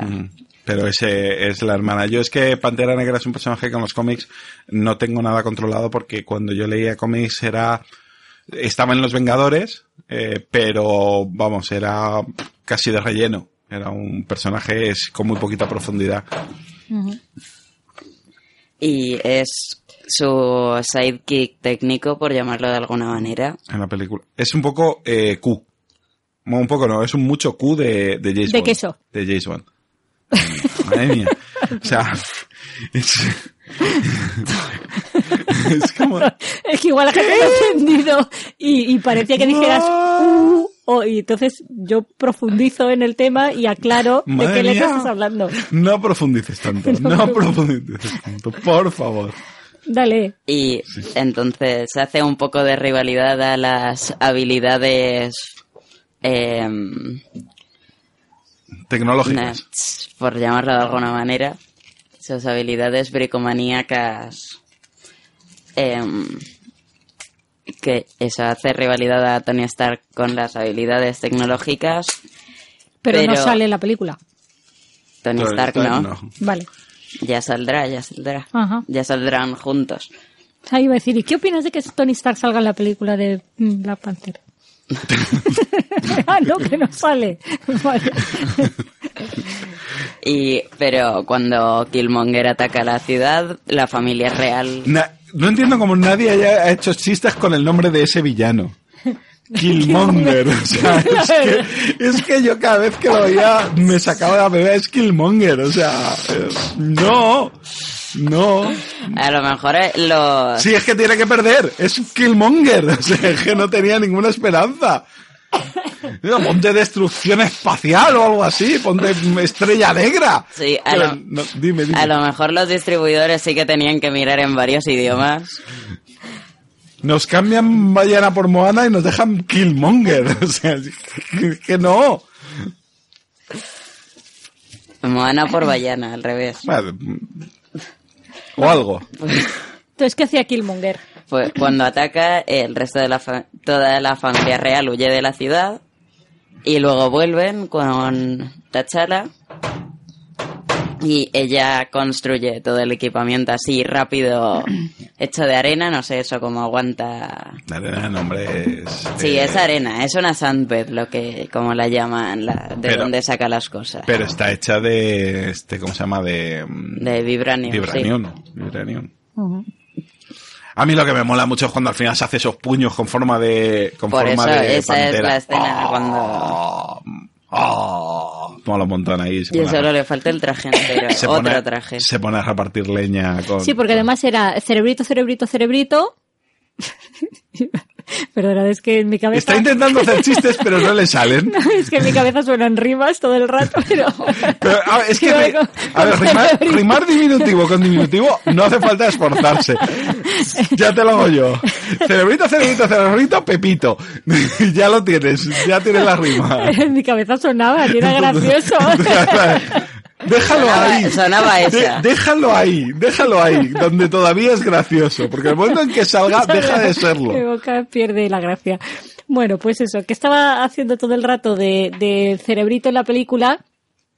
Speaker 5: Pero ese es la hermana. Yo es que Pantera Negra es un personaje que en los cómics no tengo nada controlado porque cuando yo leía cómics era estaba en los Vengadores, eh, pero vamos, era casi de relleno. Era un personaje es, con muy poquita profundidad.
Speaker 7: Y es su sidekick técnico, por llamarlo de alguna manera.
Speaker 5: en la película. Es un poco eh, Q. Bueno, un poco no, es un mucho Q de, de James
Speaker 6: De
Speaker 5: Bond.
Speaker 6: queso.
Speaker 5: De James Bond. Mm, Madre mía. O sea, es, es como...
Speaker 6: Es que igual la gente lo ha entendido y, y parecía que dijeras "Uh", o- y entonces yo profundizo en el tema y aclaro de
Speaker 5: Madre
Speaker 6: qué letra
Speaker 5: mía.
Speaker 6: estás hablando.
Speaker 5: No profundices tanto, no profundices tanto, por favor.
Speaker 6: Dale.
Speaker 7: Y entonces hace un poco de rivalidad a las habilidades. em,
Speaker 5: Tecnológicas.
Speaker 7: nats, por llamarlo de alguna manera. Sus habilidades bricomaníacas. em, que eso hace rivalidad a Tony Stark con las habilidades tecnológicas.
Speaker 6: Pero, no
Speaker 7: Pero-
Speaker 6: sale en la película.
Speaker 7: Tony
Speaker 5: Pero
Speaker 7: Stark
Speaker 5: esta
Speaker 7: no.
Speaker 6: Vale.
Speaker 7: Ya saldrá, ya saldrá.
Speaker 6: Ajá.
Speaker 7: Ya saldrán juntos.
Speaker 6: Ahí iba a decir, ¿y qué opinas de que Tony Stark salga en la película de mm, Black Panther? ah, no, que no sale. Vale.
Speaker 7: Y, pero cuando Killmonger ataca la ciudad, la familia real
Speaker 5: Na- no entiendo cómo nadie haya ha hecho chistes con el nombre de ese villano. Killmonger. o sea, es que, es que yo cada vez que lo veía me sacaba de la bebé, es Killmonger. O sea, eh, no, no.
Speaker 7: a lo mejor eh, los
Speaker 5: Sí, es que tiene que perder. Es Killmonger. O sea, es que no tenía ninguna esperanza. No, ponte destrucción espacial o algo así. Ponte estrella negra.
Speaker 7: Sí, a
Speaker 5: Pero
Speaker 7: lo-
Speaker 5: no, dime, dime.
Speaker 7: a lo mejor los distribuidores sí que tenían que mirar en varios idiomas.
Speaker 5: Nos cambian Bayana por Moana y nos dejan Killmonger. O sea, es que no.
Speaker 7: Moana por Bayana, al revés.
Speaker 5: Bueno, o algo.
Speaker 6: Entonces, ¿qué hacía Killmonger?
Speaker 7: Pues cuando ataca, el resto de la fa- toda la familia real huye de la ciudad y luego vuelven con T'Challa y ella construye todo el equipamiento así rápido, hecho de arena, no sé eso cómo aguanta.
Speaker 5: La arena de nombre es.
Speaker 7: Sí,
Speaker 5: eh,
Speaker 7: es arena, es una sandbed, lo que como la llaman, la, de
Speaker 5: Pero-
Speaker 7: donde saca las cosas.
Speaker 5: Pero está hecha de. Este, ¿Cómo se llama? De. mm,
Speaker 7: de vibranium, sí.
Speaker 5: Vibranium. Vibranium. A mí lo que me mola mucho es cuando al final se hace esos puños con forma de. Con
Speaker 7: Por eso
Speaker 5: forma de
Speaker 7: esa es
Speaker 5: pantera.
Speaker 7: la escena cuando
Speaker 5: ¡Oh! ¡Oh! Toma los montones ahí. Se
Speaker 7: y
Speaker 5: pone a-
Speaker 7: solo le falta el traje entero,
Speaker 5: se
Speaker 7: otro
Speaker 5: pone-
Speaker 7: traje.
Speaker 5: Se pone a repartir leña con.
Speaker 6: Sí, porque
Speaker 5: con-
Speaker 6: además era cerebrito, cerebrito, cerebrito. Perdona, es que en mi cabeza...
Speaker 5: Está intentando hacer chistes, pero no le salen.
Speaker 6: es que en mi cabeza suenan rimas todo el rato, pero...
Speaker 5: Pero, a ver, es que,
Speaker 6: Iba
Speaker 5: ri-
Speaker 6: con-
Speaker 5: a ver,
Speaker 6: con
Speaker 5: rimar,
Speaker 6: cerebrito.
Speaker 5: rimar diminutivo con diminutivo no hace falta esforzarse. Ya te lo hago yo. Cerebrito, cerebrito, cerebrito, pepito. Ya lo tienes, ya tienes la rima.
Speaker 6: En mi cabeza sonaba, y era gracioso.
Speaker 5: Déjalo
Speaker 7: Sonaba-
Speaker 5: ahí.
Speaker 7: sonaba esa.
Speaker 5: De- déjalo ahí, déjalo ahí, donde todavía es gracioso. Porque el momento en que salga, deja de
Speaker 6: Mi
Speaker 5: serlo.
Speaker 6: boca pierde la gracia. Bueno, pues eso, que estaba haciendo todo el rato de, de cerebrito en la película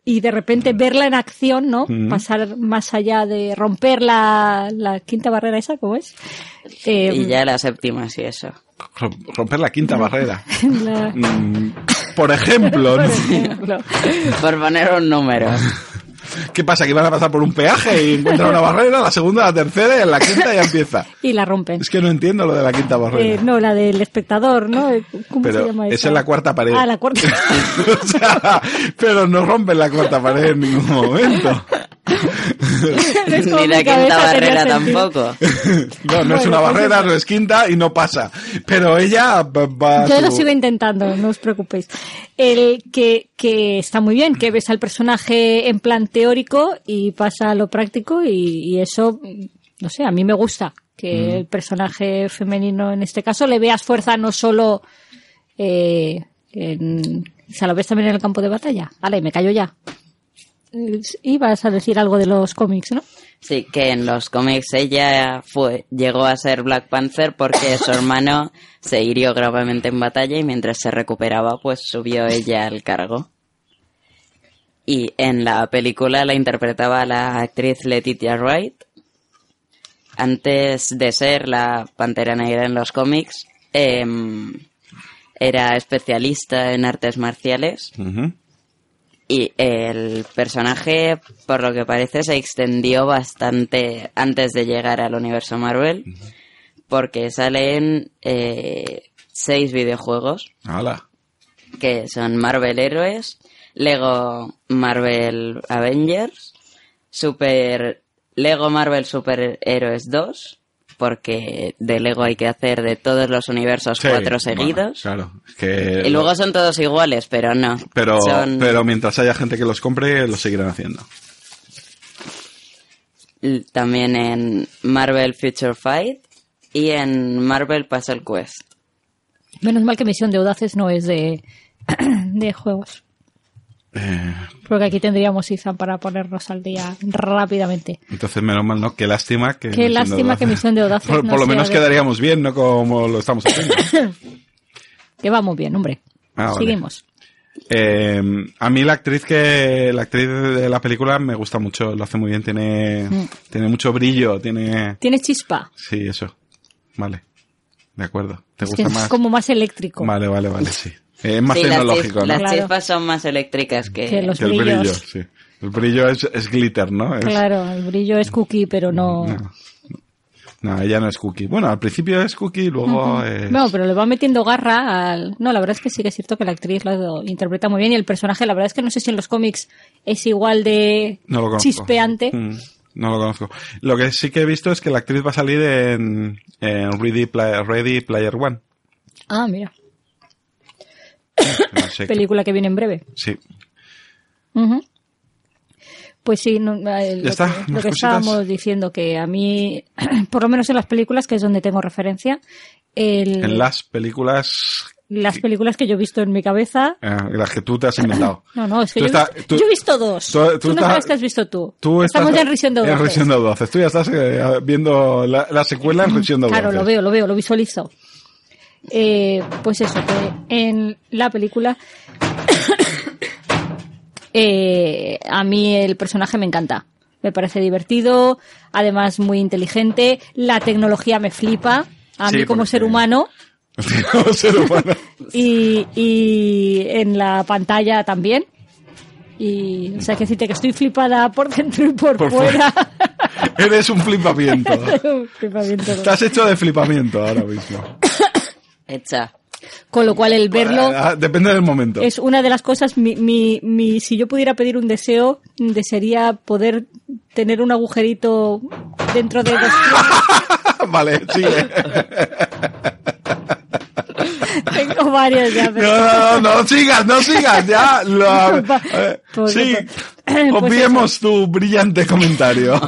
Speaker 6: y de repente verla en acción, ¿no? Pasar más allá de romper la, la quinta barrera esa, ¿cómo es? Eh,
Speaker 7: Y ya la séptima, sí, eso.
Speaker 5: Rom- Romper la quinta barrera.
Speaker 6: la-
Speaker 5: Mm, Por ejemplo,
Speaker 6: por
Speaker 5: ¿no?
Speaker 6: ejemplo.
Speaker 7: Por poner un número.
Speaker 5: ¿qué pasa? Que van a pasar por un peaje y encuentran una barrera, la segunda, la tercera y en la quinta ya empieza.
Speaker 6: Y la rompen.
Speaker 5: Es que no entiendo lo de la quinta barrera.
Speaker 6: Eh, no, la del espectador, ¿no? ¿Cómo
Speaker 5: Pero
Speaker 6: se llama
Speaker 5: esa
Speaker 6: esa?
Speaker 5: es la cuarta pared.
Speaker 6: Ah, la cuarta.
Speaker 5: O sea, pero no rompen la cuarta pared en ningún momento.
Speaker 6: Es como
Speaker 7: Ni
Speaker 6: mi
Speaker 7: la
Speaker 6: cabeza
Speaker 7: quinta
Speaker 6: tenía
Speaker 7: barrera
Speaker 6: sentido.
Speaker 7: tampoco.
Speaker 5: No, no es
Speaker 6: pues
Speaker 5: una barrera, no es quinta y no pasa. Pero ella va- va a
Speaker 6: Yo
Speaker 5: su-
Speaker 6: lo sigo intentando, no os preocupéis. El que, que está muy bien, que ves al personaje en plan teórico y pasa a lo práctico y, y eso, no sé, a mí me gusta. que el personaje femenino en este caso le veas fuerza no solo eh, en, se la ves también en el campo de batalla. Ale, me callo ya. Ibas a decir algo de los cómics, ¿no?
Speaker 7: Sí, que en los cómics ella fue, llegó a ser Black Panther porque su hermano se hirió gravemente en batalla y mientras se recuperaba, pues subió ella al cargo. Y en la película la interpretaba la actriz Letitia Wright. Antes de ser la Pantera Negra en los cómics, em, era especialista en artes marciales.
Speaker 5: Ujú.
Speaker 7: Y el personaje, por lo que parece, se extendió bastante antes de llegar al universo Marvel, porque salen eh, seis videojuegos
Speaker 5: Hala.
Speaker 7: que son Marvel Héroes, Lego Marvel Avengers, Super Lego Marvel Super Héroes 2, porque de Lego hay que hacer de todos los universos
Speaker 5: Sí,
Speaker 7: cuatro
Speaker 5: bueno,
Speaker 7: seguidos.
Speaker 5: claro. es que
Speaker 7: y luego son todos iguales, pero no.
Speaker 5: pero,
Speaker 7: son...
Speaker 5: pero mientras haya gente que los compre, los seguirán haciendo.
Speaker 7: l- también en Marvel Future Fight y en Marvel Puzzle Quest.
Speaker 6: Menos mal que Misión de Audaces no es de, de juegos.
Speaker 5: Eh,
Speaker 6: Porque aquí tendríamos Izan para ponernos al día rápidamente.
Speaker 5: Entonces, menos mal, ¿no? Qué lástima que...
Speaker 6: Qué
Speaker 5: Misión de
Speaker 6: lástima que Misión de Audaces
Speaker 5: Por,
Speaker 6: no
Speaker 5: por lo
Speaker 6: sea
Speaker 5: menos
Speaker 6: de-
Speaker 5: quedaríamos bien, ¿no? Como lo estamos haciendo.
Speaker 6: Que vamos bien, hombre.
Speaker 5: Ah, vale.
Speaker 6: Seguimos.
Speaker 5: Eh, a mí la actriz que la actriz de la película me gusta mucho, lo hace muy bien, tiene
Speaker 6: Mm.
Speaker 5: tiene mucho brillo, tiene
Speaker 6: Tiene chispa.
Speaker 5: sí eso, vale, de acuerdo, te
Speaker 6: Es
Speaker 5: gusta
Speaker 6: que es
Speaker 5: más,
Speaker 6: como más eléctrico.
Speaker 5: vale vale vale sí, Eh, es más
Speaker 7: Sí, las,
Speaker 5: tecnológico,
Speaker 7: chis-
Speaker 5: ¿no?
Speaker 7: las
Speaker 6: Claro.
Speaker 7: chispas son más eléctricas que...
Speaker 6: Que los
Speaker 5: Que el brillo,
Speaker 6: brillos.
Speaker 5: sí, el brillo es, es glitter, ¿no? Es-
Speaker 6: Claro, el brillo es cookie, pero no.
Speaker 5: no, no, ella no es cookie. Bueno, al principio es cookie, luego es-
Speaker 6: No, pero le va metiendo garra al. No, la verdad es que sí que es cierto que la actriz lo interpreta muy bien y el personaje, la verdad es que no sé si en los cómics es igual de
Speaker 5: No lo conozco.
Speaker 6: chispeante.
Speaker 5: Mm, No lo conozco. Lo que sí que he visto es que la actriz va a salir en, en Ready, Player, Ready Player One.
Speaker 6: Ah, mira.
Speaker 5: No sé qué-
Speaker 6: Película que viene en breve.
Speaker 5: Sí.
Speaker 6: Ujú. Pues sí, no, eh, lo,
Speaker 5: Ya está,
Speaker 6: que, lo
Speaker 5: más
Speaker 6: que
Speaker 5: cositas.
Speaker 6: estábamos diciendo, que a mí, por lo menos en las películas, que es donde tengo referencia, el-
Speaker 5: En las películas
Speaker 6: las películas que yo he visto en mi cabeza.
Speaker 5: eh, las que tú te has inventado.
Speaker 6: No, no, es que
Speaker 5: Tú
Speaker 6: yo,
Speaker 5: está-
Speaker 6: he, visto,
Speaker 5: tú-
Speaker 6: yo he visto dos.
Speaker 5: tú-
Speaker 6: Tú,
Speaker 5: tú
Speaker 6: no
Speaker 5: estás-
Speaker 6: sabes que has visto tú.
Speaker 5: tú estás
Speaker 6: Estamos ya en Risión de Audaces.
Speaker 5: Risión de Audaces. Tú ya estás eh, viendo la, la secuela en Risión de Audaces.
Speaker 6: Claro, lo veo, lo veo, lo visualizo. Eh, pues eso, que en la película eh, a mí el personaje me encanta. Me parece divertido, además muy inteligente. La tecnología me flipa, a
Speaker 5: Sí,
Speaker 6: mí como
Speaker 5: porque-
Speaker 6: ser humano.
Speaker 5: Como ser humano.
Speaker 6: Y, y en la pantalla también. Y, o sea, que decirte que estoy flipada por dentro y por,
Speaker 5: Por
Speaker 6: fuera.
Speaker 5: Eres un flipamiento.
Speaker 6: Un flipamiento.
Speaker 5: Estás hecho de flipamiento ahora mismo.
Speaker 7: Hecha.
Speaker 6: Con lo cual el verlo...
Speaker 5: Ah, Depende del momento.
Speaker 6: Es una de las cosas, mi, mi, mi- si yo pudiera pedir un deseo, desearía poder tener un agujerito dentro de dos
Speaker 5: vale, sigue.
Speaker 6: Tengo varios ya, pero-
Speaker 5: No, no, no, no sigas, no sigas, ya. lo-
Speaker 6: Disculpa.
Speaker 5: eh,
Speaker 6: Pues
Speaker 5: sí,
Speaker 6: eso.
Speaker 5: obviemos tu brillante comentario.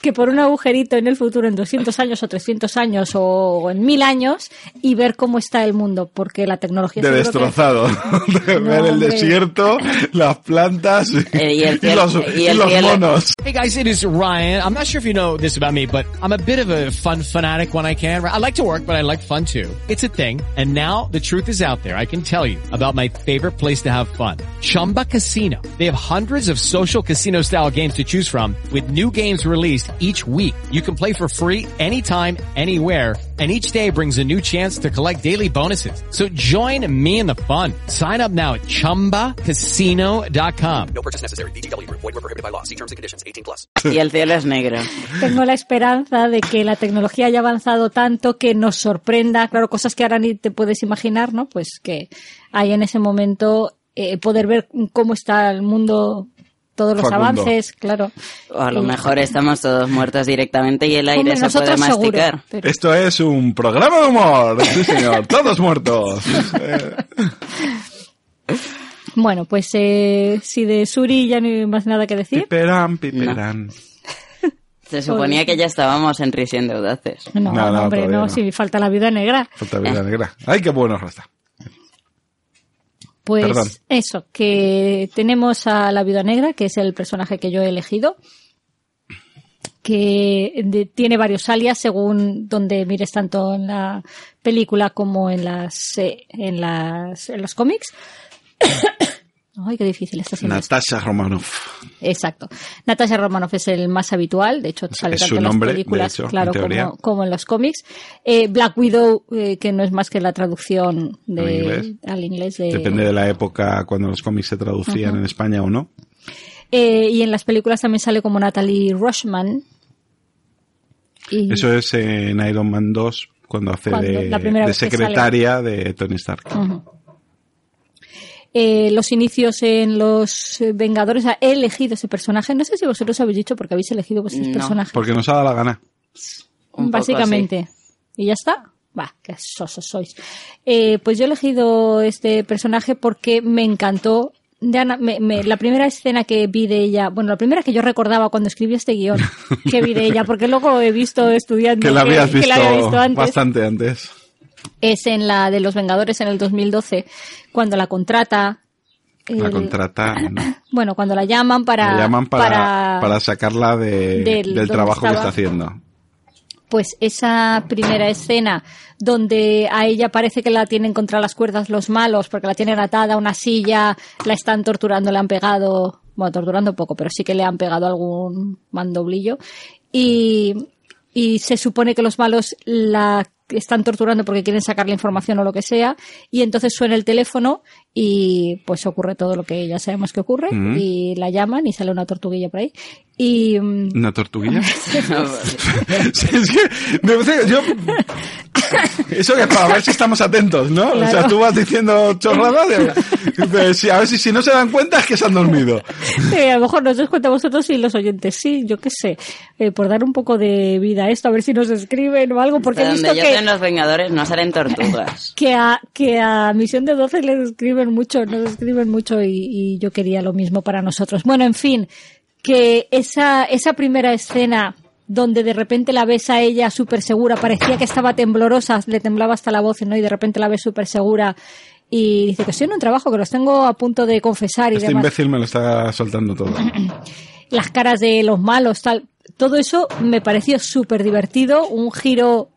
Speaker 6: que por un agujerito en el futuro, en 200 años o 300 años o en 1000 años, y ver cómo está el mundo, porque la tecnología...
Speaker 5: De
Speaker 6: seguro que-
Speaker 5: destrozado. De
Speaker 6: No,
Speaker 5: ver el
Speaker 6: hombre.
Speaker 5: desierto, las plantas y,
Speaker 7: Eh, y el
Speaker 5: y
Speaker 7: cielo-
Speaker 5: los,
Speaker 7: y
Speaker 5: y
Speaker 7: el
Speaker 5: los
Speaker 7: cielo.
Speaker 5: monos.
Speaker 8: Hey guys, it is Ryan. I'm not sure if you know this about me, but I'm a bit of a fun fanatic when I can. I like to work, but I like fun too. It's a thing. And now the truth is out there. I can tell you about my favorite place to have fun. Chumba Casino. They have hundreds of social casino style games to choose from with new games released each week. You can play for free anytime, anywhere. And each day brings a new chance to collect daily bonuses. So join me in the fun. Sign up now at chumbacasino.com.
Speaker 7: Y el cielo es negro.
Speaker 6: Tengo la esperanza de que la tecnología haya avanzado tanto que nos sorprenda, claro, cosas que ahora ni te puedes imaginar, ¿no? Pues que hay en ese momento eh, poder ver cómo está el mundo, todos los
Speaker 5: Facundo.
Speaker 6: avances, claro.
Speaker 7: O a lo
Speaker 6: Y-
Speaker 7: mejor estamos todos muertos directamente y el aire
Speaker 6: Hombre,
Speaker 7: se puede
Speaker 6: nosotros seguro,
Speaker 7: masticar.
Speaker 6: pero-
Speaker 5: Esto es un programa de humor. Sí, señor. Todos muertos. Eh,
Speaker 6: Bueno, pues eh, si de Suri ya no hay más nada que decir,
Speaker 5: Piperán, piperán.
Speaker 7: Se suponía que ya estábamos en Risión de Audaces.
Speaker 6: No,
Speaker 5: No, no,
Speaker 6: hombre,
Speaker 5: todavía
Speaker 6: no,
Speaker 5: no.
Speaker 6: si falta la vida negra.
Speaker 5: Falta
Speaker 6: Ah.
Speaker 5: vida negra. ¡Ay, qué bueno está!
Speaker 6: Pues
Speaker 5: Perdón.
Speaker 6: eso, que tenemos a la Viuda Negra, que es el personaje que yo he elegido, que de- tiene varios alias según donde mires tanto en la película como en las eh, en las en los cómics. Ay, qué difícil está siendo. esto.
Speaker 5: Natasha Romanoff.
Speaker 6: Exacto. Natasha Romanoff es el más habitual, de hecho sale
Speaker 5: es
Speaker 6: tanto
Speaker 5: su
Speaker 6: en las
Speaker 5: nombre, de
Speaker 6: películas,
Speaker 5: hecho, en
Speaker 6: claro,
Speaker 5: teoría.
Speaker 6: como, como en los cómics. Eh, Black Widow, eh, que no es más que la traducción de,
Speaker 5: Al inglés.
Speaker 6: al inglés de,
Speaker 5: Depende de la época cuando los cómics se traducían en España o no.
Speaker 6: Eh, y en las películas también sale como Natalie Rushman. Y
Speaker 5: Eso es en Iron Man 2 cuando hace
Speaker 6: Cuando-
Speaker 5: de,
Speaker 6: la primera
Speaker 5: de
Speaker 6: vez que
Speaker 5: secretaria de Tony Stark.
Speaker 6: eh, los inicios en Los eh, Vengadores, o sea, he elegido ese personaje. No sé si vosotros habéis dicho porque habéis elegido vuestros
Speaker 7: No.
Speaker 6: personajes.
Speaker 5: Porque nos ha dado la gana.
Speaker 7: Un poco
Speaker 6: básicamente. Y ya está. Va, qué sosos sois. Eh, pues yo he elegido este personaje porque me encantó. De Ana- me- me- la primera escena que vi de ella, bueno, la primera que yo recordaba cuando escribí este guión que vi de ella, porque luego he visto estudiando
Speaker 5: Que la habías
Speaker 6: que
Speaker 5: visto,
Speaker 6: la había visto antes.
Speaker 5: bastante antes.
Speaker 6: es en la de los Vengadores en el 2012, cuando la contrata.
Speaker 5: La
Speaker 6: el-
Speaker 5: contrata. ¿no?
Speaker 6: Bueno, cuando la llaman para.
Speaker 5: La llaman para,
Speaker 6: para-
Speaker 5: para, sacarla de-
Speaker 6: del- donde
Speaker 5: del trabajo que está
Speaker 6: estaba.
Speaker 5: haciendo.
Speaker 6: Pues esa primera escena donde a ella parece que la tienen contra las cuerdas los malos, porque la tienen atada a una silla, la están torturando, le han pegado. Bueno, torturando poco, pero sí que le han pegado algún mandoblillo. Y, y se supone que los malos la están torturando porque quieren sacarle información o lo que sea, y entonces suena el teléfono y pues ocurre todo lo que ya sabemos que ocurre,
Speaker 5: Mm.
Speaker 6: y la llaman y sale una tortuguilla por ahí. Y mm,
Speaker 5: ¿Una tortuguilla?
Speaker 7: Básicamente.
Speaker 5: Sí, es que, de verdad, yo... Eso que es para ver si estamos atentos, ¿no? O sea,
Speaker 6: Claro.
Speaker 5: tú vas diciendo chorradas, de- de- si- a ver si, si no se dan cuenta es que se han dormido.
Speaker 6: Eh, a lo mejor nos os cuenta vosotros y los oyentes, sí, yo qué sé, Eh, por dar un poco de vida a esto, a ver si nos escriben o algo, porque he
Speaker 7: Donde
Speaker 6: visto
Speaker 7: yo
Speaker 6: que,
Speaker 7: creo en los Vengadores no salen tortugas.
Speaker 6: que, a, que a Misión de 12 les escriben mucho, nos escriben mucho y, y yo quería lo mismo para nosotros. Bueno, en fin, que esa, esa primera escena donde de repente la ves a ella súper segura, parecía que estaba temblorosa, le temblaba hasta la voz, ¿no? Y de repente la ves súper segura y dice que estoy en un trabajo, que los tengo a punto de confesar y
Speaker 5: Este
Speaker 6: demás
Speaker 5: imbécil me lo está soltando todo.
Speaker 6: las caras de los malos, tal. Todo eso me pareció súper divertido, un giro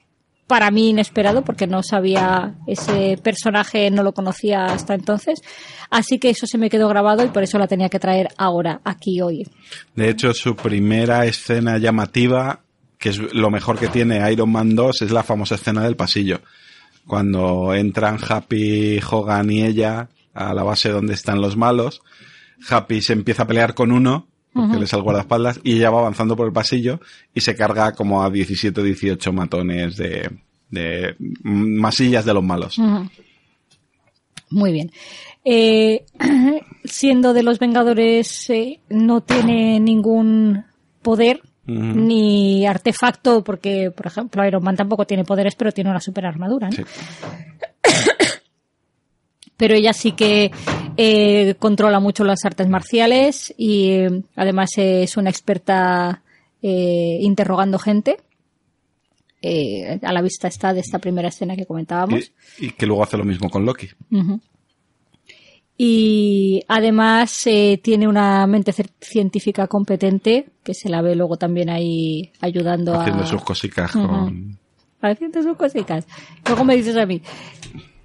Speaker 6: para mí inesperado porque no sabía ese personaje, no lo conocía hasta entonces. Así que eso se me quedó grabado y por eso la tenía que traer ahora, aquí hoy.
Speaker 5: De hecho, su primera escena llamativa, que es lo mejor que tiene Iron Man 2, es la famosa escena del pasillo. Cuando entran Happy, Hogan y ella a la base donde están los malos, Happy se empieza a pelear con uno, porque les al guardaespaldas, y ella va avanzando por el pasillo y se carga como a 17 o 18 matones de, de mm, masillas de los malos.
Speaker 6: Muy bien. Eh, siendo de los Vengadores, eh, no tiene ningún poder ni artefacto, porque, por ejemplo, Iron Man tampoco tiene poderes, pero tiene una super armadura.
Speaker 5: Sí.
Speaker 6: pero ella sí que eh, controla mucho las artes marciales y eh, además es una experta eh, interrogando gente. Eh, a la vista está de esta primera escena que comentábamos.
Speaker 5: Y, y que luego hace lo mismo con Loki.
Speaker 6: Ujú. Y además eh, tiene una mente cer- científica competente que se la ve luego también ahí ayudando
Speaker 5: Haciendo
Speaker 6: a,
Speaker 5: sus cositas
Speaker 6: Ujú.
Speaker 5: con...
Speaker 6: haciendo sus cositas. Luego me dices a mí,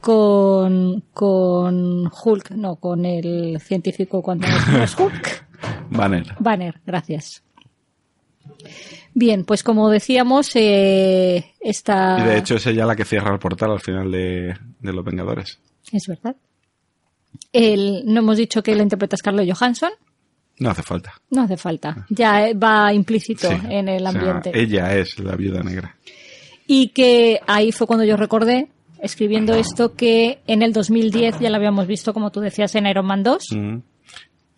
Speaker 6: con, con Hulk, no, con el científico cuando no es Hulk.
Speaker 5: Banner.
Speaker 6: Banner, gracias. Bien, pues como decíamos, eh, esta...
Speaker 5: Y de hecho es ella la que cierra el portal al final de, de Los Vengadores.
Speaker 6: Es verdad. El, no hemos dicho que la interpreta Scarlett Johansson.
Speaker 5: No hace falta.
Speaker 6: No hace falta. Ya eh, va implícito
Speaker 5: Sí. eh.
Speaker 6: en el
Speaker 5: O sea,
Speaker 6: ambiente.
Speaker 5: ella es la viuda negra.
Speaker 6: Y que ahí fue cuando yo recordé, escribiendo esto, que en el 2010 ya la habíamos visto, como tú decías, en Iron Man 2.
Speaker 5: Mm.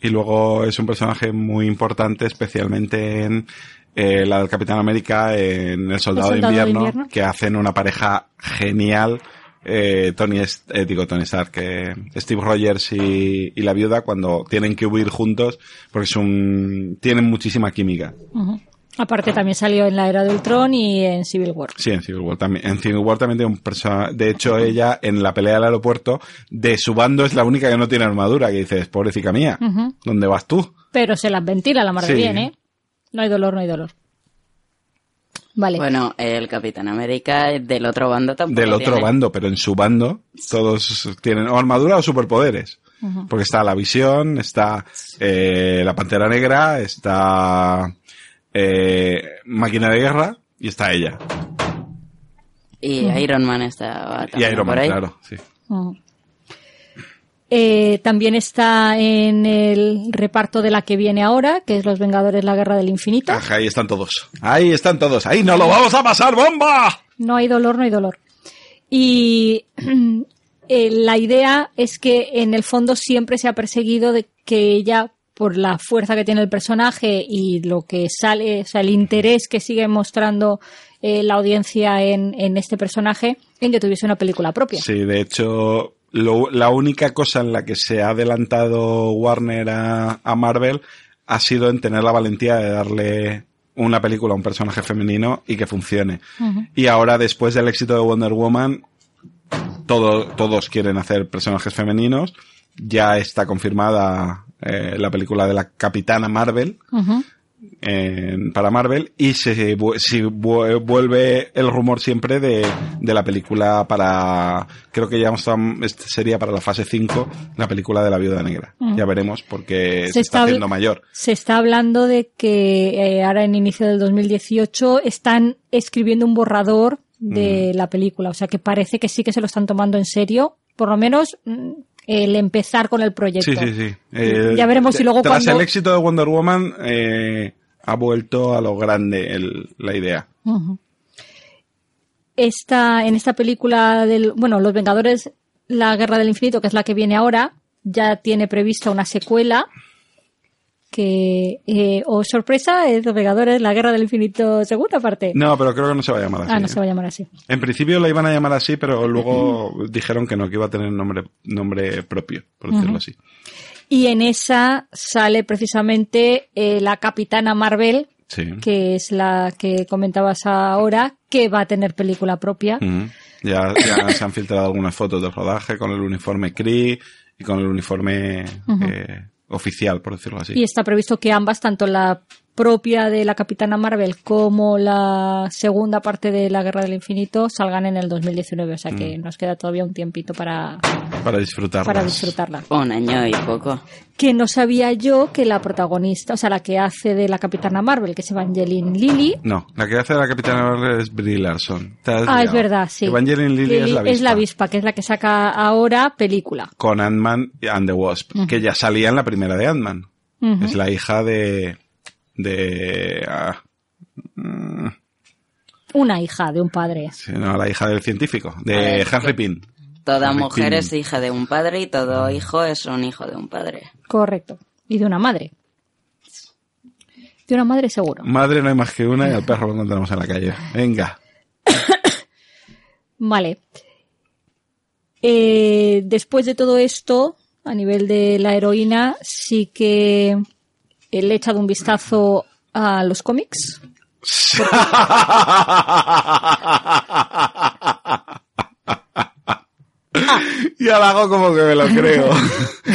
Speaker 5: Y luego es un personaje muy importante, especialmente en eh, la del Capitán América, en El Soldado,
Speaker 6: El Soldado de
Speaker 5: de, invierno,
Speaker 6: Invierno.
Speaker 5: que hacen una pareja genial. eh, Tony, es- eh, digo, Tony Stark, eh, Steve Rogers y, y la viuda cuando tienen que huir juntos porque es un, tienen muchísima química.
Speaker 6: Aparte también salió en la Era del Tron y en Civil War.
Speaker 5: Sí, en Civil War también. En Civil War también tiene un personaje. De hecho, ella en la pelea del aeropuerto de su bando es la única que no tiene armadura. Que dices, pobrecita mía,
Speaker 6: Ujú.
Speaker 5: ¿dónde vas tú?
Speaker 6: Pero se las ventila la mar de
Speaker 5: Sí.
Speaker 6: bien, ¿eh? No hay dolor, no hay dolor. Vale.
Speaker 7: Bueno, el Capitán América es del otro bando tampoco.
Speaker 5: Del otro
Speaker 7: tiene-
Speaker 5: bando, pero en su bando todos tienen o armadura o superpoderes.
Speaker 6: Ujú.
Speaker 5: Porque está la visión, está eh, la pantera negra, está eh, máquina de guerra y está ella.
Speaker 7: Y Iron Man estaba
Speaker 5: Y
Speaker 7: también
Speaker 5: Iron Man,
Speaker 7: por ahí.
Speaker 5: claro. Sí.
Speaker 6: Ujú. Mm. Eh, también está en el reparto de la que viene ahora, que es Los Vengadores, la Guerra del Infinito.
Speaker 5: Ajá, ahí están todos. Ahí están todos. Ahí nos lo vamos a pasar, bomba.
Speaker 6: No hay dolor, no hay dolor. Y eh, la idea es que en el fondo siempre se ha perseguido de que ella, por la fuerza que tiene el personaje y lo que sale, o sea, el interés que sigue mostrando eh, la audiencia en, en este personaje, en que tuviese una película propia.
Speaker 5: Sí, de hecho, lo- la única cosa en la que se ha adelantado Warner a, a Marvel ha sido en tener la valentía de darle una película a un personaje femenino y que funcione.
Speaker 6: Ujú.
Speaker 5: Y ahora, después del éxito de Wonder Woman, todo- todos quieren hacer personajes femeninos. Ya está confirmada eh, la película de la Capitana Marvel
Speaker 6: Ujú.
Speaker 5: en- para Marvel y se vu- si vu- vuelve el rumor siempre de, de la película para creo que ya estamos- este sería para la fase 5 la película de la viuda negra
Speaker 6: Ujú.
Speaker 5: ya veremos porque se,
Speaker 6: Mm.
Speaker 5: está
Speaker 6: Se está-
Speaker 5: haciendo mayor
Speaker 6: Se está hablando de que eh, ahora en inicio del 2018 están escribiendo un borrador
Speaker 5: Mm.
Speaker 6: de la película, o sea que parece que sí que se lo están tomando en serio, por lo menos mm, el empezar con el proyecto.
Speaker 5: sí sí sí Eh,
Speaker 6: Ya veremos si luego
Speaker 5: tras
Speaker 6: cuando-
Speaker 5: el éxito de Wonder Woman eh, ha vuelto a lo grande el- la idea
Speaker 6: Ujú. Esta, en esta película del, bueno, Los Vengadores, la Guerra del Infinito, que es la que viene ahora, ya tiene prevista una secuela que, eh, o sorpresa, es Los Vengadores, la Guerra del Infinito, segunda parte.
Speaker 5: no pero creo que no se va a llamar así
Speaker 6: ah, no
Speaker 5: ¿eh?
Speaker 6: se va a llamar así.
Speaker 5: en principio la iban a llamar así pero luego dijeron que no que iba a tener nombre nombre propio por decirlo
Speaker 6: Ujú.
Speaker 5: así
Speaker 6: Y en esa sale precisamente eh, la Capitana Marvel,
Speaker 5: sí
Speaker 6: que es la que comentabas ahora, que va a tener película propia.
Speaker 5: Ujú. Ya, ya se han filtrado algunas fotos del rodaje con el uniforme Cree y con el uniforme
Speaker 6: Ujú.
Speaker 5: eh, oficial, por decirlo así.
Speaker 6: Y está previsto que ambas, tanto la propia de la Capitana Marvel como la segunda parte de la Guerra del Infinito, salgan en el 2019. O sea que nos queda todavía un tiempito para,
Speaker 5: Para disfrutarlas.
Speaker 6: para disfrutarla.
Speaker 7: Un año y poco.
Speaker 6: Que no sabía yo que la protagonista, o sea, la que hace de la Capitana Marvel, que es Evangeline Lilly,
Speaker 5: No, la que hace la Capitana Marvel es Brie Larson. Te has
Speaker 6: Ah,
Speaker 5: liado.
Speaker 6: es verdad, sí.
Speaker 5: Evangeline Lilly es la avispa.
Speaker 6: avispa, que es la que saca ahora película.
Speaker 5: Con Ant-Man and the Wasp, que ya salía en la primera de Ant-Man.
Speaker 6: Ujú.
Speaker 5: Es la hija de... de... ah, mm,
Speaker 6: Una hija de un padre.
Speaker 5: sí, no, la hija del científico,
Speaker 7: A
Speaker 6: Ah,
Speaker 5: de
Speaker 7: ver,
Speaker 5: Henry
Speaker 7: que-
Speaker 5: Pym.
Speaker 7: Toda
Speaker 5: Henry
Speaker 7: mujer
Speaker 5: Pym.
Speaker 7: es hija de un padre y todo hijo es un hijo de un padre.
Speaker 6: Correcto. Y de una madre. De una madre seguro.
Speaker 5: Madre no hay más que una y al perro lo encontramos en la calle. Venga.
Speaker 6: Vale. Eh, después de todo esto, a nivel de la heroína, sí que eh, le he echado un vistazo a los cómics.
Speaker 5: Y ahora hago como que me lo creo.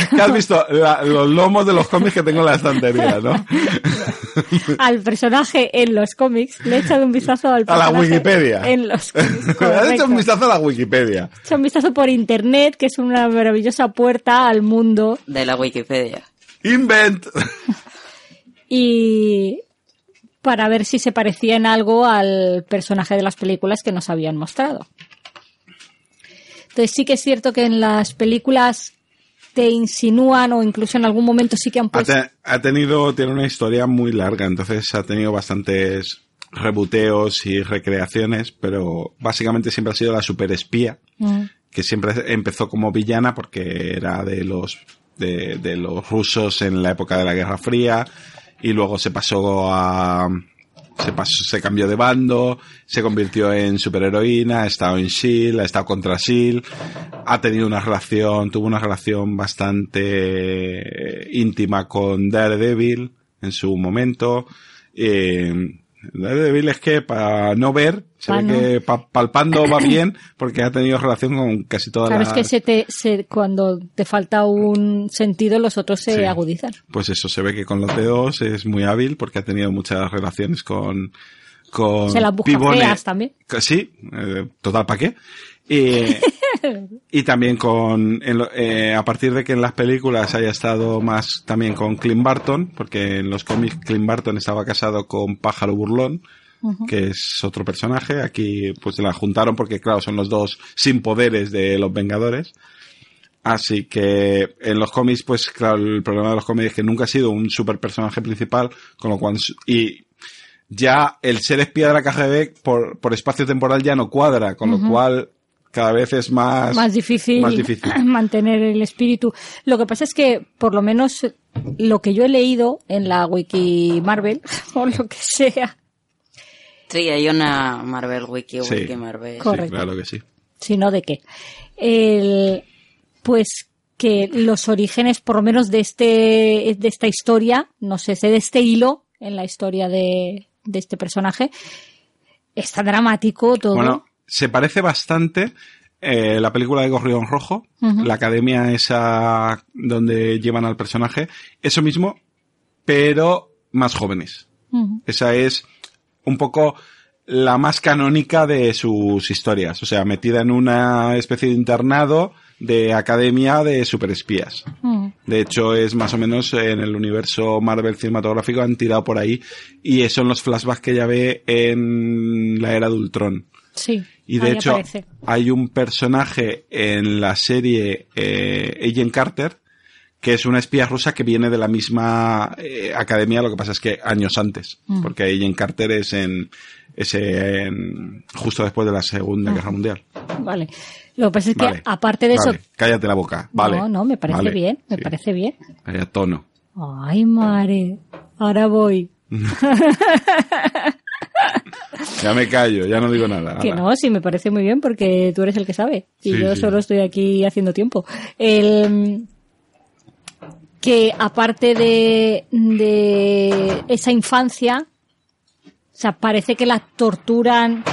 Speaker 5: ¿Qué has visto? La- los lomos de los cómics que tengo en la estantería, ¿no?
Speaker 6: Al personaje en los cómics. Le he echado un vistazo al
Speaker 5: A la
Speaker 6: personaje
Speaker 5: Wikipedia.
Speaker 6: En los cómics.
Speaker 5: Me has hecho un
Speaker 6: correcto.
Speaker 5: vistazo a la Wikipedia.
Speaker 6: Echa un vistazo por internet, que es una maravillosa puerta al mundo.
Speaker 7: De la Wikipedia.
Speaker 5: Invent.
Speaker 6: Y para ver si se parecía en algo al personaje de las películas que nos habían mostrado. Entonces sí que es cierto que en las películas te insinúan o incluso en algún momento sí que han
Speaker 5: Ha,
Speaker 6: puesto...
Speaker 5: te- ha tenido, tiene una historia muy larga, entonces ha tenido bastantes rebuteos y recreaciones, pero básicamente siempre ha sido la superespía.
Speaker 6: Mm,
Speaker 5: que siempre empezó como villana porque era de los de, de los rusos en la época de la Guerra Fría y luego se pasó a se pasó, se cambió de bando, se convirtió en superheroína, ha estado en Shield, E ha estado contra Shield, ha tenido una relación, tuvo una relación bastante eh, íntima con Daredevil en su momento. eh, Daredevil es que para no ver, se
Speaker 6: Pa'
Speaker 5: ve
Speaker 6: no.
Speaker 5: que pa- palpando va bien porque ha tenido relación con casi todas
Speaker 6: Claro,
Speaker 5: las...
Speaker 6: es que se te, se- cuando te falta un sentido, los otros se
Speaker 5: Sí.
Speaker 6: agudizan.
Speaker 5: Pues eso, se ve que con los dedos es muy hábil porque ha tenido muchas relaciones con... con
Speaker 6: Se las busca
Speaker 5: Pibone.
Speaker 6: feas también.
Speaker 5: Que Sí, eh, total, ¿para qué? Eh, y también con, en lo- eh, a partir de que en las películas haya estado más también con Clint Barton, porque en los cómics Clint Barton estaba casado con Pájaro Burlón, que es otro personaje. Aquí pues la juntaron porque claro, son los dos sin poderes de los Vengadores. Así que en los cómics, pues claro, el problema de los cómics es que nunca ha sido un super personaje principal, con lo cual, y ya el ser espía de la KGB por, por espacio temporal ya no cuadra, con lo cual cada vez es más,
Speaker 6: más difícil,
Speaker 5: más difícil.
Speaker 6: mantener el espíritu. Lo que pasa es que, por lo menos, lo que yo he leído en la Wiki Marvel, o lo que sea,
Speaker 7: Sí, hay una Marvel Wiki,
Speaker 5: Sí.
Speaker 7: Wiki Marvel.
Speaker 5: Sí,
Speaker 6: Correcto.
Speaker 5: claro que sí.
Speaker 6: si no de qué, el, pues que los orígenes, por lo menos, de, este, de esta historia, no sé, de este hilo en la historia de, de este personaje, está dramático todo.
Speaker 5: Bueno, se parece bastante eh, la película de Gorrión Rojo, la academia esa donde llevan al personaje, eso mismo, pero más jóvenes.
Speaker 6: Ujú.
Speaker 5: Esa es un poco la más canónica de sus historias, o sea, metida en una especie de internado de academia de superespías.
Speaker 6: Ujú.
Speaker 5: De hecho, es más o menos eh, en el universo Marvel cinematográfico han tirado por ahí y eso en los flashbacks que ya ve en la era de Ultron.
Speaker 6: Sí.
Speaker 5: Y de
Speaker 6: ahí
Speaker 5: hecho,
Speaker 6: aparece.
Speaker 5: hay un personaje en la serie eh, Agent Carter que es una espía rusa que viene de la misma eh, academia, lo que pasa es que años antes,
Speaker 6: Mm.
Speaker 5: porque Agent Carter es en, es en- justo después de la Segunda Guerra Mundial.
Speaker 6: Vale. Lo que pasa Ah. es que,
Speaker 5: Vale,
Speaker 6: aparte de
Speaker 5: vale,
Speaker 6: eso.
Speaker 5: cállate la boca, vale.
Speaker 6: No, no, me parece
Speaker 5: vale,
Speaker 6: bien, me
Speaker 5: sí,
Speaker 6: parece bien.
Speaker 5: Vaya tono.
Speaker 6: Ay, madre, ahora voy.
Speaker 5: Ya me callo, ya no digo nada.
Speaker 6: Que
Speaker 5: ala.
Speaker 6: no, sí, me parece muy bien porque tú eres el que sabe. Y
Speaker 5: Sí,
Speaker 6: yo
Speaker 5: sí.
Speaker 6: solo estoy aquí haciendo tiempo. El, mm, que aparte de, de esa infancia, o sea, parece que la torturan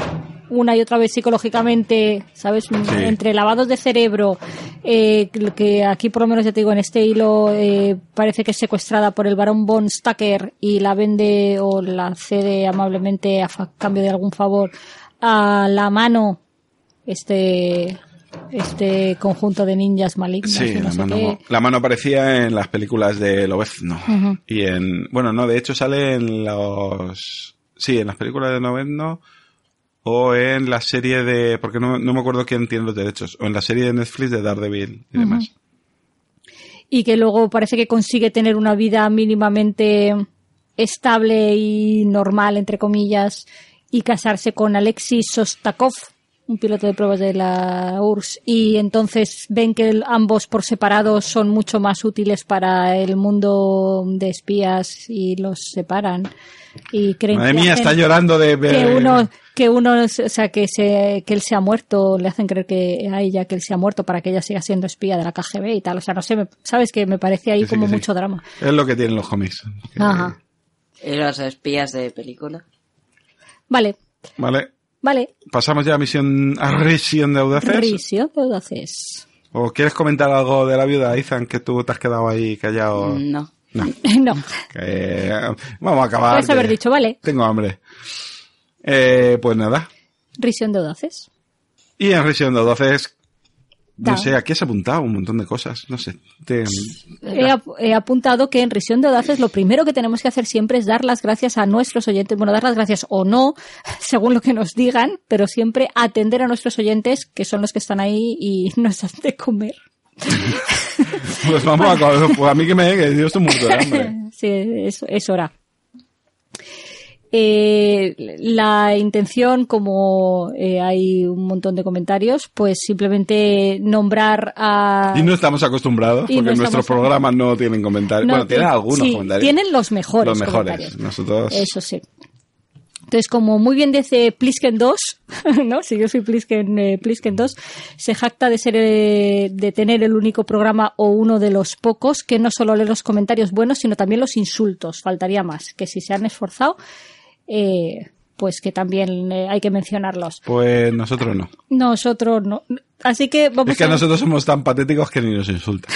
Speaker 6: una y otra vez psicológicamente, ¿sabes? Entre lavados de cerebro, eh, lo que aquí por lo menos ya te digo, en este hilo eh, parece que es secuestrada por el barón Von Stacker y la vende o la cede amablemente a fa- cambio de algún favor a la mano este este conjunto de ninjas malignos.
Speaker 5: Sí,
Speaker 6: y no
Speaker 5: la
Speaker 6: sé
Speaker 5: mano,
Speaker 6: qué.
Speaker 5: la mano aparecía en las películas de Lobezno. Y en. Bueno, no, de hecho sale en los. Sí, en las películas de Lobezno. O en la serie de. Porque no, no me acuerdo quién tiene los derechos. O en la serie de Netflix de Daredevil y demás.
Speaker 6: y que luego parece que consigue tener una vida mínimamente estable y normal, entre comillas, y casarse con Alexis Sostakov, un piloto de pruebas de la URSS, y entonces ven que el- ambos por separado son mucho más útiles para el mundo de espías y los separan. Y creen
Speaker 5: Madre
Speaker 6: que
Speaker 5: mía,
Speaker 6: hacen-
Speaker 5: está llorando de.
Speaker 6: que
Speaker 5: de-
Speaker 6: uno que uno o sea que se que él se ha muerto le hacen creer que a ella que él se ha muerto para que ella siga siendo espía de la KGB y tal o sea no sé me- sabes que me parece ahí
Speaker 5: que sí,
Speaker 6: como
Speaker 5: que sí.
Speaker 6: mucho drama
Speaker 5: Es lo que tienen los cómics.
Speaker 6: Ajá.
Speaker 7: ¿Y los espías de película?
Speaker 6: vale
Speaker 5: Vale.
Speaker 6: vale
Speaker 5: Pasamos ya a misión. A Risión de Audaces.
Speaker 6: Risio de audaces
Speaker 5: ¿O quieres comentar algo de la viuda, Ethan? Que tú te has quedado ahí callado.
Speaker 7: No.
Speaker 5: No.
Speaker 6: no
Speaker 5: Eh, vamos a acabar.
Speaker 6: Puedes haber
Speaker 5: que
Speaker 6: dicho, vale.
Speaker 5: Tengo hambre. Eh, pues nada.
Speaker 6: Risión de audaces
Speaker 5: Y en Resident Evil 12 es... No
Speaker 6: Da.
Speaker 5: sé, aquí has apuntado un montón de cosas. No sé. Te-
Speaker 6: He, ap- he apuntado que en Risión de Audaces lo primero que tenemos que hacer siempre es dar las gracias a nuestros oyentes, bueno, dar las gracias o no, según lo que nos digan, pero siempre atender a nuestros oyentes, que son los que están ahí y nos han de comer.
Speaker 5: Pues vamos a acabar. Pues a mí que me que yo estoy muerto de hambre.
Speaker 6: Sí, es, es hora. Eh, la intención, como eh, hay un montón de comentarios, pues simplemente nombrar a...
Speaker 5: Y no estamos acostumbrados
Speaker 6: Y
Speaker 5: porque
Speaker 6: no
Speaker 5: nuestros
Speaker 6: estamos-
Speaker 5: programas no tienen comentarios.
Speaker 6: No,
Speaker 5: bueno, tienen
Speaker 6: ti-
Speaker 5: algunos
Speaker 6: sí,
Speaker 5: comentarios.
Speaker 6: Tienen los mejores.
Speaker 5: Los mejores.
Speaker 6: comentarios.
Speaker 5: Nosotros-
Speaker 6: Eso sí. Entonces, como muy bien dice Plisken 2, ¿no? Si yo soy Plisken, eh, Plisken 2, se jacta de ser, eh, de tener el único programa o uno de los pocos que no solo lee los comentarios buenos, sino también los insultos. Faltaría más. Que si se han esforzado, eh, pues que también eh, hay que mencionarlos.
Speaker 5: Pues nosotros no.
Speaker 6: Nosotros no. Así que vamos
Speaker 5: Es que
Speaker 6: a...
Speaker 5: nosotros somos tan patéticos que ni nos insultan.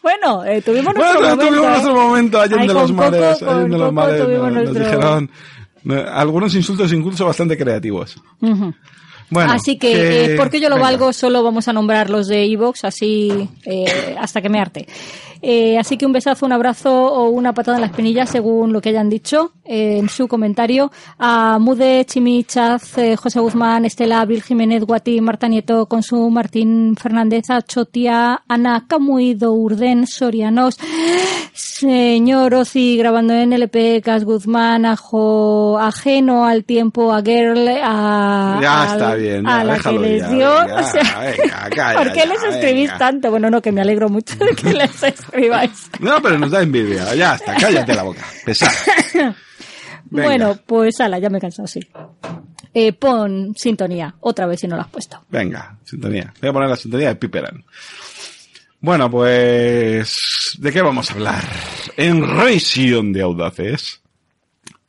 Speaker 6: Bueno, eh, tuvimos
Speaker 5: Bueno,
Speaker 6: nuestro momento.
Speaker 5: tuvimos
Speaker 6: ¿eh?
Speaker 5: nuestro momento allá
Speaker 6: Ay,
Speaker 5: de
Speaker 6: con
Speaker 5: los
Speaker 6: poco,
Speaker 5: mares. allá
Speaker 6: con
Speaker 5: de
Speaker 6: poco
Speaker 5: los mares.
Speaker 6: tuvimos
Speaker 5: no, Nos
Speaker 6: nuestro-
Speaker 5: dijeron no, algunos insultos incluso bastante creativos.
Speaker 6: Ujú.
Speaker 5: Bueno,
Speaker 6: así que, eh, porque yo lo
Speaker 5: venga.
Speaker 6: valgo, solo vamos a nombrar los de Evox, así eh, hasta que me harte. Eh, así que un besazo, un abrazo o una patada en las pinillas, según lo que hayan dicho eh, en su comentario. A Mude, Chimi, Chaz, eh, José Guzmán, Estela, Abril Jiménez, Guati, Marta Nieto, Consu, Martín Fernández, Achotia, Ana Camuido, Urden, Sorianos, Señor Ozi, grabando en LP, Cas Guzmán, Ajo, Ajeno al Tiempo, a Girl, a
Speaker 5: Ya
Speaker 6: al-
Speaker 5: está bien, ya,
Speaker 6: A la que
Speaker 5: déjalo
Speaker 6: les
Speaker 5: ya,
Speaker 6: dio.
Speaker 5: venga,
Speaker 6: o sea,
Speaker 5: venga, calla
Speaker 6: ¿Por qué
Speaker 5: ya,
Speaker 6: les escribís
Speaker 5: venga.
Speaker 6: tanto? Bueno, no, que me alegro mucho de que les escribáis.
Speaker 5: No, pero nos da envidia. Ya está, cállate la boca. Pesada. Venga.
Speaker 6: Bueno, pues ala, ya me he cansado, sí. Eh, pon sintonía, otra vez si no la has puesto.
Speaker 5: Venga, sintonía. Voy a poner la sintonía de Piperan. Bueno, pues. ¿De qué vamos a hablar? En Revisión de Audaces.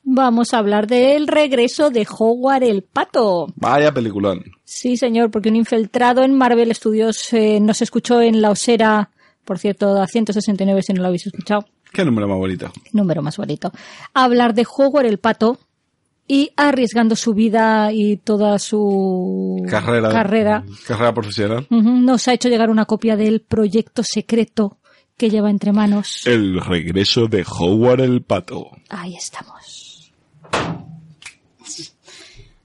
Speaker 6: Vamos a hablar del regreso de Howard el Pato.
Speaker 5: Vaya peliculón.
Speaker 6: Sí, señor, porque un infiltrado en Marvel Studios eh, nos escuchó en la osera, por cierto, a 169 si no lo habéis escuchado,
Speaker 5: Qué número más bonito.
Speaker 6: número más bonito, hablar de Howard el Pato y arriesgando su vida y toda su
Speaker 5: Carrera.
Speaker 6: carrera,
Speaker 5: Carrera profesional.
Speaker 6: ujú, nos ha hecho llegar una copia del proyecto secreto que lleva entre manos.
Speaker 5: El regreso de Howard el Pato.
Speaker 6: Ahí estamos.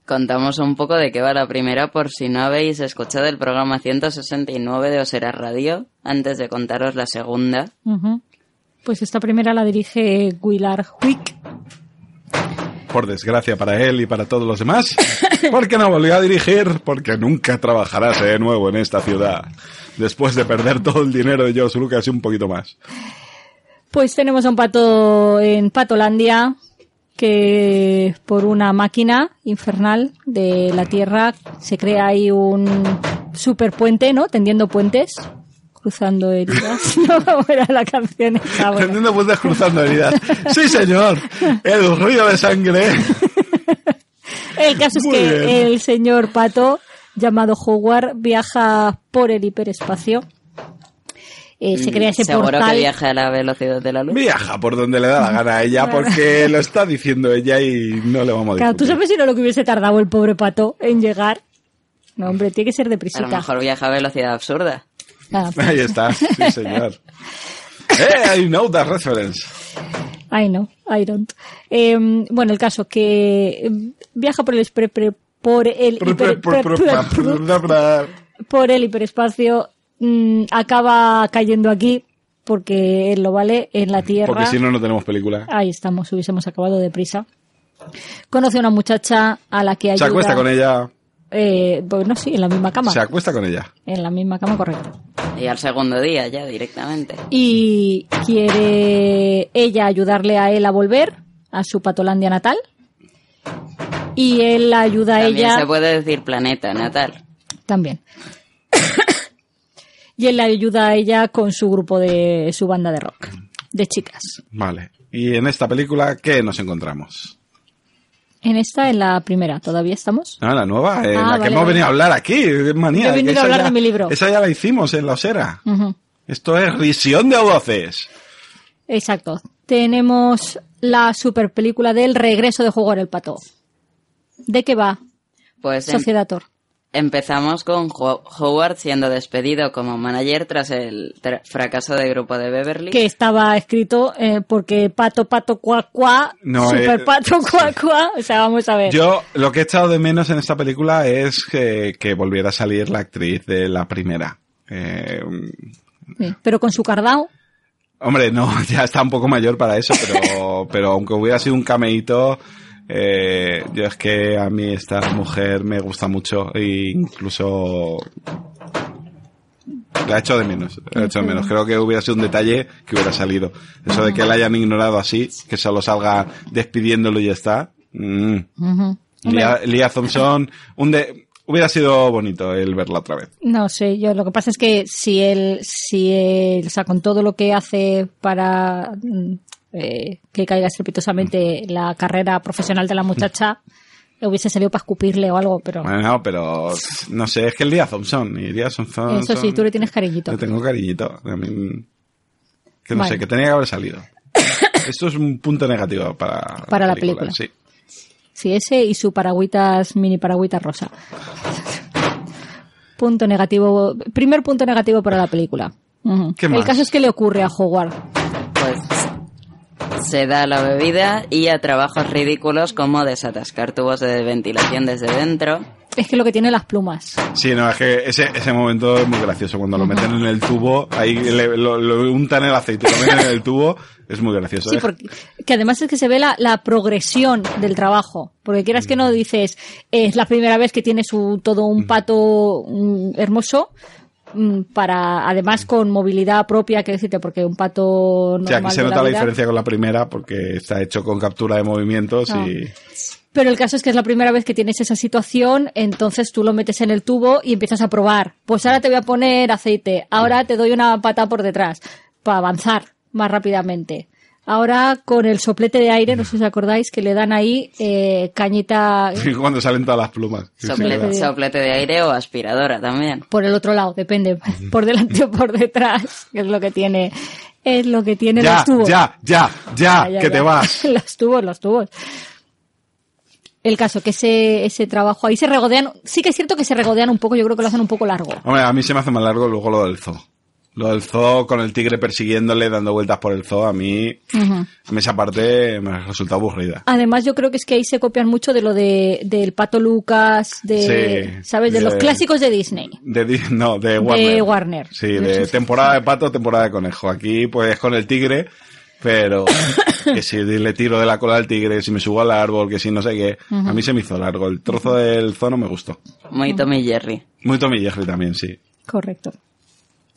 Speaker 7: Contamos un poco de qué va la primera por si no habéis escuchado el programa 169 de Osera Radio antes de contaros la segunda.
Speaker 6: Ujú. Pues esta primera la dirige Willard Wick.
Speaker 5: Por desgracia para él y para todos los demás. Porque no volvió a dirigir, porque nunca trabajarás de nuevo en esta ciudad. Después de perder todo el dinero de George Lucas y un poquito más.
Speaker 6: Ah, Pues tenemos a un pato en Patolandia que por una máquina infernal de la Tierra se crea ahí un superpuente, ¿no? Tendiendo puentes, cruzando heridas. no, ¿cómo era la canción esa? Bueno.
Speaker 5: Tendiendo puentes cruzando heridas. Sí, señor. El río de sangre.
Speaker 6: El caso es
Speaker 5: Muy
Speaker 6: que
Speaker 5: bien.
Speaker 6: el señor Pato, llamado Howard, viaja por el hiperespacio. Eh, se crea ese
Speaker 7: Mm, Seguro
Speaker 6: portal.
Speaker 7: que viaja a la velocidad de la luz.
Speaker 5: Viaja por donde le da la gana a ella porque lo está diciendo ella y no le vamos a
Speaker 6: Claro, tú
Speaker 5: discutir.
Speaker 6: sabes si no lo que hubiese tardado el pobre pato en llegar. No, hombre, tiene que ser
Speaker 7: A lo
Speaker 6: deprisita.
Speaker 7: mejor viaja a velocidad absurda.
Speaker 6: Nada,
Speaker 5: Ahí está, sí, señor. ¡Eh! I know that reference.
Speaker 6: I know, I don't. Em, bueno, el caso que em, viaja por el espre- pre- por el hiper- por el hiperespacio mm, acaba cayendo aquí porque él lo vale en la Tierra.
Speaker 5: Porque si no, no tenemos película.
Speaker 6: Ahí estamos, hubiésemos acabado deprisa. Conoce a una muchacha a la que ayuda.
Speaker 5: Se acuesta con ella.
Speaker 6: Eh, bueno, sí, en la misma cama.
Speaker 5: Se acuesta con ella.
Speaker 6: En la misma cama, correcto.
Speaker 7: Y al segundo día ya directamente.
Speaker 6: y quiere ella ayudarle a él a volver a su patolandia natal y él la ayuda a
Speaker 7: También
Speaker 6: ella
Speaker 7: se puede decir planeta natal.
Speaker 6: también y él la ayuda a ella con su grupo de su banda de rock de chicas
Speaker 5: Vale. Y en esta película, ¿qué nos encontramos?
Speaker 6: en esta en la primera todavía estamos
Speaker 5: Ah, la nueva, eh,
Speaker 6: Ah,
Speaker 5: la que
Speaker 6: vale,
Speaker 5: hemos
Speaker 6: vale.
Speaker 5: venido a hablar aquí. Manía,
Speaker 6: Yo he
Speaker 5: que
Speaker 6: venido a
Speaker 5: esa
Speaker 6: hablar
Speaker 5: ya-
Speaker 6: de mi libro.
Speaker 5: Esa ya la hicimos en la osera.
Speaker 6: Ujú.
Speaker 5: Esto es risión de audaces.
Speaker 6: exacto tenemos la super película del regreso de jugar el pato de qué va
Speaker 7: Pues en-
Speaker 6: sociedad Tor?
Speaker 7: Empezamos con Ho- Howard siendo despedido como manager tras el tra- fracaso del grupo de Beverly.
Speaker 6: que estaba escrito eh, porque pato, pato, cuá, cuá,
Speaker 5: No, eh,
Speaker 6: super pato, cuá, cuá. O sea, vamos a ver.
Speaker 5: Yo lo que he echado de menos en esta película es que, que volviera a salir la actriz de la primera. Eh,
Speaker 6: Sí, Pero con su cardao,
Speaker 5: hombre, no, ya está un poco mayor para eso, pero, pero aunque hubiera sido un cameíto, eh, yo es que a mí esta mujer me gusta mucho e incluso la he hecho de menos, la he hecho de menos. Creo que hubiera sido un detalle que hubiera salido. Eso de que la hayan ignorado así, que solo salga despidiéndolo y ya está. mm. Lia, Lia Thompson, un de- hubiera sido bonito el verla otra vez.
Speaker 6: no sé, yo lo que pasa es que si él, si él, o sea, con todo lo que hace para mm, eh, que caiga estrepitosamente la carrera profesional de la muchacha, hubiese salido para escupirle o algo, pero
Speaker 5: Bueno, pero no sé, es que el día Thompson. Y el día Thompson.
Speaker 6: eso sí, tú le tienes cariñito.
Speaker 5: Le tengo cariñito. a mí- que no
Speaker 6: Vale.
Speaker 5: sé, que tenía que haber salido. Esto es un punto negativo para,
Speaker 6: Para la película.
Speaker 5: Sí.
Speaker 6: Sí, ese y su paragüitas, mini paragüitas rosa. punto negativo, primer punto negativo para la película. Ujú.
Speaker 7: ¿Qué
Speaker 6: El
Speaker 7: más?
Speaker 6: caso es que le ocurre a Howard.
Speaker 7: Pues se da la bebida y a trabajos ridículos como desatascar tubos de ventilación desde dentro.
Speaker 6: Es que lo que tiene las plumas.
Speaker 5: Sí, no, es que ese, ese momento es muy gracioso. Cuando lo meten en el tubo, ahí le- lo, lo untan el aceite y lo meten en el tubo, es muy gracioso.
Speaker 6: Sí,
Speaker 5: ¿eh?
Speaker 6: porque que además es que se ve la, la progresión del trabajo. Porque quieras
Speaker 5: Mm.
Speaker 6: que no dices, es la primera vez que tienes un- todo un pato mm, hermoso. mm, Para, además con movilidad propia, que decirte, porque un pato
Speaker 5: O
Speaker 6: normal
Speaker 5: sea, aquí se
Speaker 6: de la
Speaker 5: nota la
Speaker 6: vida-
Speaker 5: diferencia con la primera porque está hecho con captura de movimientos
Speaker 6: No.
Speaker 5: y...
Speaker 6: Pero el caso es que es la primera vez que tienes esa situación, entonces tú lo metes en el tubo y empiezas a probar. Pues ahora te voy a poner aceite, ahora te doy una pata por detrás para avanzar más rápidamente. Ahora con el soplete de aire, no sé si os acordáis, que le dan ahí eh, cañita
Speaker 5: cuando salen todas las plumas. Sí, sí,
Speaker 7: Soplete,
Speaker 5: ¿verdad?
Speaker 7: soplete de aire o aspiradora también.
Speaker 6: por el otro lado, depende, por delante o por detrás, que es lo que tiene, es lo que tiene
Speaker 5: Ya,
Speaker 6: los tubos.
Speaker 5: ya, ya, ya,
Speaker 6: Ya, ya,
Speaker 5: que te
Speaker 6: ya.
Speaker 5: vas.
Speaker 6: los tubos, los tubos. El caso que ese, ese trabajo ahí se regodean. Sí que es cierto que se regodean un poco, yo creo que lo hacen un poco largo.
Speaker 5: Hombre, a mí se me hace más largo luego lo del zoo. Lo del zoo con el tigre persiguiéndole, dando vueltas por el zoo, a mí, a mí esa parte me resulta aburrida.
Speaker 6: Además, yo creo que es que ahí se copian mucho de lo de, del Pato Lucas, de,
Speaker 5: Sí,
Speaker 6: ¿sabes? De
Speaker 5: de-
Speaker 6: los clásicos de Disney.
Speaker 5: De, Di- no, de
Speaker 6: De
Speaker 5: Warner.
Speaker 6: Warner.
Speaker 5: Sí, de temporada de pato, temporada de conejo. Aquí, pues, con el tigre, pero que si le tiro de la cola al tigre, si me subo al árbol, que si no sé qué.
Speaker 7: Ujú.
Speaker 5: A mí se me hizo largo. El trozo del zoo no me gustó. Mm.
Speaker 7: Muy Tommy Jerry.
Speaker 5: Muy Tommy Jerry también, sí.
Speaker 6: Correcto.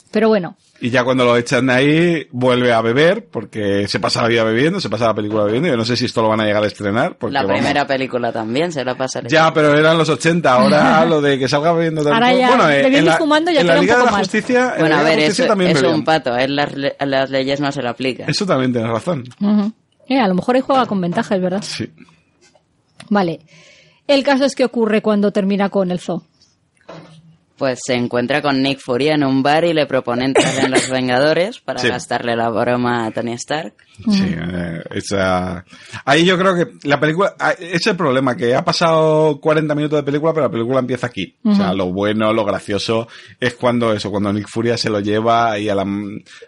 Speaker 6: Pero bueno,
Speaker 5: Y ya cuando lo echan de ahí, vuelve a beber, porque se pasa la vida bebiendo, se pasa la película bebiendo. Yo no sé si esto lo van a llegar a estrenar. Porque,
Speaker 7: La
Speaker 5: Pues vamos,
Speaker 7: primera película también se la pasa.
Speaker 5: Ya, pero eran los 80, ahora lo de que salga bebiendo tanto.
Speaker 7: Ahora ya,
Speaker 5: bueno, eh,
Speaker 7: bebiendo
Speaker 5: en
Speaker 7: y
Speaker 5: la,
Speaker 7: fumando ya
Speaker 5: en la
Speaker 7: queda un
Speaker 5: Liga de
Speaker 7: poco
Speaker 5: la
Speaker 7: mal.
Speaker 5: Justicia, en la
Speaker 7: Bueno, a
Speaker 5: Liga
Speaker 7: ver,
Speaker 5: de la
Speaker 7: eso,
Speaker 5: Justicia también
Speaker 7: es
Speaker 5: bebían.
Speaker 7: un pato, a él las, le- a las leyes no se le aplican.
Speaker 5: Eso también tienes razón.
Speaker 6: ujú. Eh, a lo mejor ahí juega con ventajas, ¿verdad?
Speaker 5: Sí.
Speaker 6: Vale. El caso es que ocurre cuando termina con el zoo.
Speaker 7: Pues se encuentra con Nick Fury en un bar y le propone entrar en Los Vengadores para
Speaker 5: Sí.
Speaker 7: gastarle la broma a Tony Stark.
Speaker 5: Sí, eh, esa... Ahí yo creo que la película... ah, Es el problema, que ha pasado 40 minutos de película, pero la película empieza aquí. O sea,
Speaker 9: Ujú.
Speaker 5: lo bueno, lo gracioso, es cuando eso, cuando Nick Furia se lo lleva y a la,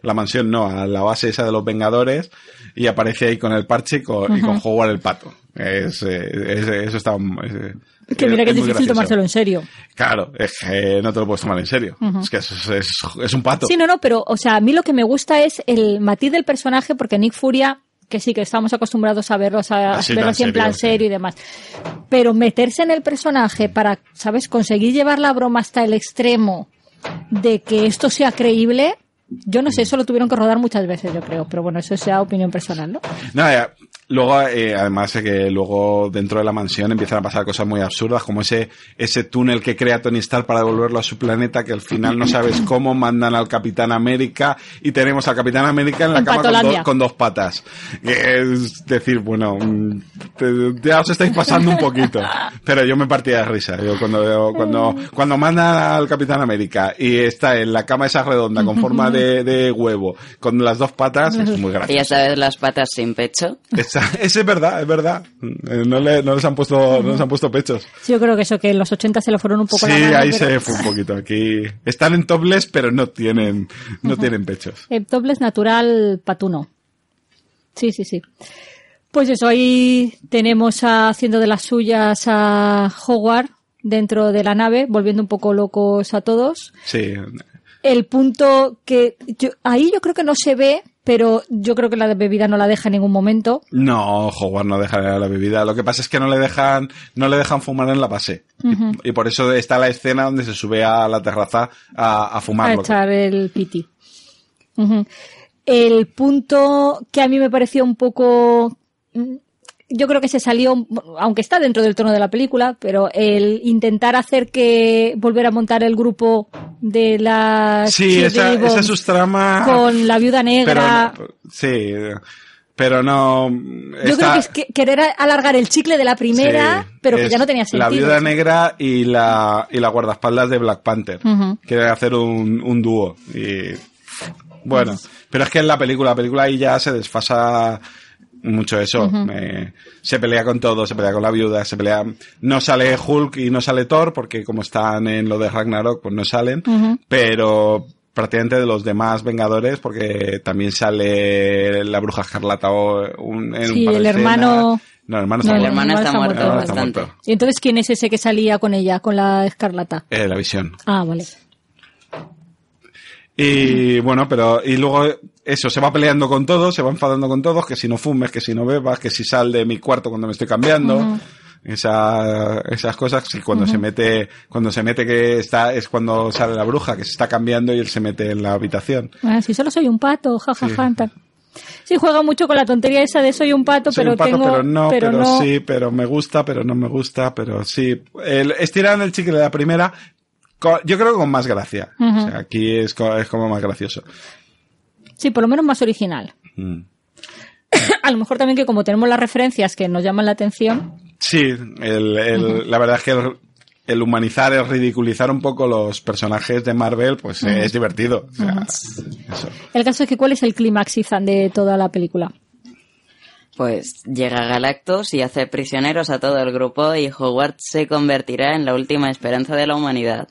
Speaker 5: la mansión, no, a la base esa de los Vengadores, y aparece ahí con el parche y con, y con
Speaker 6: Ujú.
Speaker 5: Howard el pato. Es, eh, es- eso está... es-
Speaker 6: Que mira que es
Speaker 5: muy
Speaker 6: difícil
Speaker 5: gracioso.
Speaker 6: tomárselo en serio.
Speaker 5: Claro, es que no te lo puedes tomar en serio.
Speaker 6: Ujú.
Speaker 5: Es que es, es- es un pato.
Speaker 6: Sí, no, no, pero, o sea, a mí lo que me gusta es el matiz del personaje, porque Nick Furia, que sí, que estamos acostumbrados a verlo, a,
Speaker 10: Así,
Speaker 6: verlo
Speaker 10: tan
Speaker 6: así en plan
Speaker 10: serio,
Speaker 6: serio y demás. Pero meterse en el personaje para, ¿sabes?, conseguir llevar la broma hasta el extremo de que esto sea creíble, yo no sé, eso lo tuvieron que rodar muchas veces, yo creo. Pero bueno, eso sea opinión personal, ¿no?
Speaker 5: No, ya, luego, eh, además eh, que luego dentro de la mansión empiezan a pasar cosas muy absurdas, como ese, ese túnel que crea Tony Stark para devolverlo a su planeta, que al final no sabes cómo mandan al Capitán América y tenemos al Capitán América en la
Speaker 6: En
Speaker 5: cama con,
Speaker 6: Patolandia.
Speaker 5: dos- con dos patas. Que Es decir, bueno, mm, te- ya os estáis pasando un poquito. Pero yo me partía de risa. Yo cuando veo, cuando, cuando mandan al Capitán América y está en la cama esa redonda con forma de, de huevo, con las dos patas, es muy gracioso.
Speaker 7: Y ya sabes, las patas sin pecho.
Speaker 5: Esa- ese es verdad, es verdad. Eh, No, le- no les han puesto, no les han puesto pechos.
Speaker 6: Sí, yo creo que eso, que en los 80 se lo fueron un poco
Speaker 5: Sí,
Speaker 6: la mano,
Speaker 5: ahí
Speaker 6: pero-
Speaker 5: se fue un poquito. Aquí están en topless, pero no tienen, no tienen pechos.
Speaker 6: El topless natural patuno. Sí, sí, sí. Pues eso, ahí tenemos a- haciendo de las suyas a Howard dentro de la nave, volviendo un poco locos a todos.
Speaker 5: Sí.
Speaker 6: El punto que yo- ahí yo creo que no se ve, pero yo creo que la bebida no la deja en ningún momento.
Speaker 5: No, Howard no deja la bebida. Lo que pasa es que no le dejan, no le dejan fumar en la base.
Speaker 6: Ujú.
Speaker 5: Y por eso está la escena donde se sube a la terraza a, a fumar.
Speaker 6: a
Speaker 5: lo que-
Speaker 6: echar el piti. Ujú. El punto que a mí me pareció un poco... mm, Yo creo que se salió, aunque está dentro del tono de la película, pero el intentar hacer que volver a montar el grupo de las
Speaker 5: Sí, esa,
Speaker 6: cheerleading
Speaker 5: esa es su trama.
Speaker 6: con la viuda negra.
Speaker 5: Pero, no- sí. Pero no.
Speaker 6: Yo creo
Speaker 5: esta-
Speaker 6: que es que- querer a- alargar el chicle de la primera,
Speaker 5: Sí,
Speaker 6: pero que
Speaker 5: es
Speaker 6: ya no tenía
Speaker 5: La
Speaker 6: sentido.
Speaker 5: viuda negra y la, y la guardaespaldas de Black Panther.
Speaker 6: Ujú.
Speaker 5: Quieren hacer un, un dúo. Y. Bueno, pero es que en la película, la película ahí ya se desfasa mucho eso. Eh, se pelea con todo, se pelea con la viuda, se pelea. No sale Hulk y no sale Thor, porque como están en lo de Ragnarok, pues no salen.
Speaker 6: Ujú.
Speaker 5: Pero prácticamente de los demás Vengadores, porque también sale la Bruja Escarlata o un, en
Speaker 6: Sí,
Speaker 5: un par de
Speaker 6: el hermano-
Speaker 5: escenas. No, el hermano
Speaker 6: No,
Speaker 5: está
Speaker 6: el
Speaker 5: muerto.
Speaker 7: hermano está
Speaker 6: está
Speaker 7: muerto
Speaker 6: muerto.
Speaker 5: Ah, está
Speaker 7: bastante.
Speaker 5: muerto.
Speaker 6: ¿Y entonces quién es ese que salía con ella, con la escarlata?
Speaker 5: Eh, la visión.
Speaker 6: Ah, vale.
Speaker 5: Y bueno, pero, y luego eso, se va peleando con todos, se va enfadando con todos, que si no fumes, que si no bebas, que si sal de mi cuarto cuando me estoy cambiando. Esa- esas cosas y cuando se mete cuando se mete que está es cuando sale la bruja que se está cambiando y él se mete en la habitación
Speaker 6: Ah, sí, solo soy un pato, jajaja. Ja, tal. sí, juega mucho con la tontería esa de soy un pato,
Speaker 5: soy
Speaker 6: pero
Speaker 5: un pato
Speaker 6: tengo.
Speaker 5: pero no pero,
Speaker 6: no.
Speaker 5: sí pero me gusta pero no me gusta pero sí el, estiran el chicle de la primera co- yo creo que con más gracia
Speaker 6: Ujú.
Speaker 5: o sea, aquí es, co- es como más gracioso
Speaker 6: Sí, por lo menos más original.
Speaker 5: Mm.
Speaker 6: A lo mejor también que como tenemos las referencias que nos llaman la atención.
Speaker 5: Sí, el- el- la verdad es que el, el humanizar, el ridiculizar un poco los personajes de Marvel, pues eh, es divertido. O sea, eso.
Speaker 6: El caso es que ¿cuál es el clímax Izan, de toda la película?
Speaker 7: Pues llega Galactus y hace prisioneros a todo el grupo y Howard se convertirá en la última esperanza de la humanidad.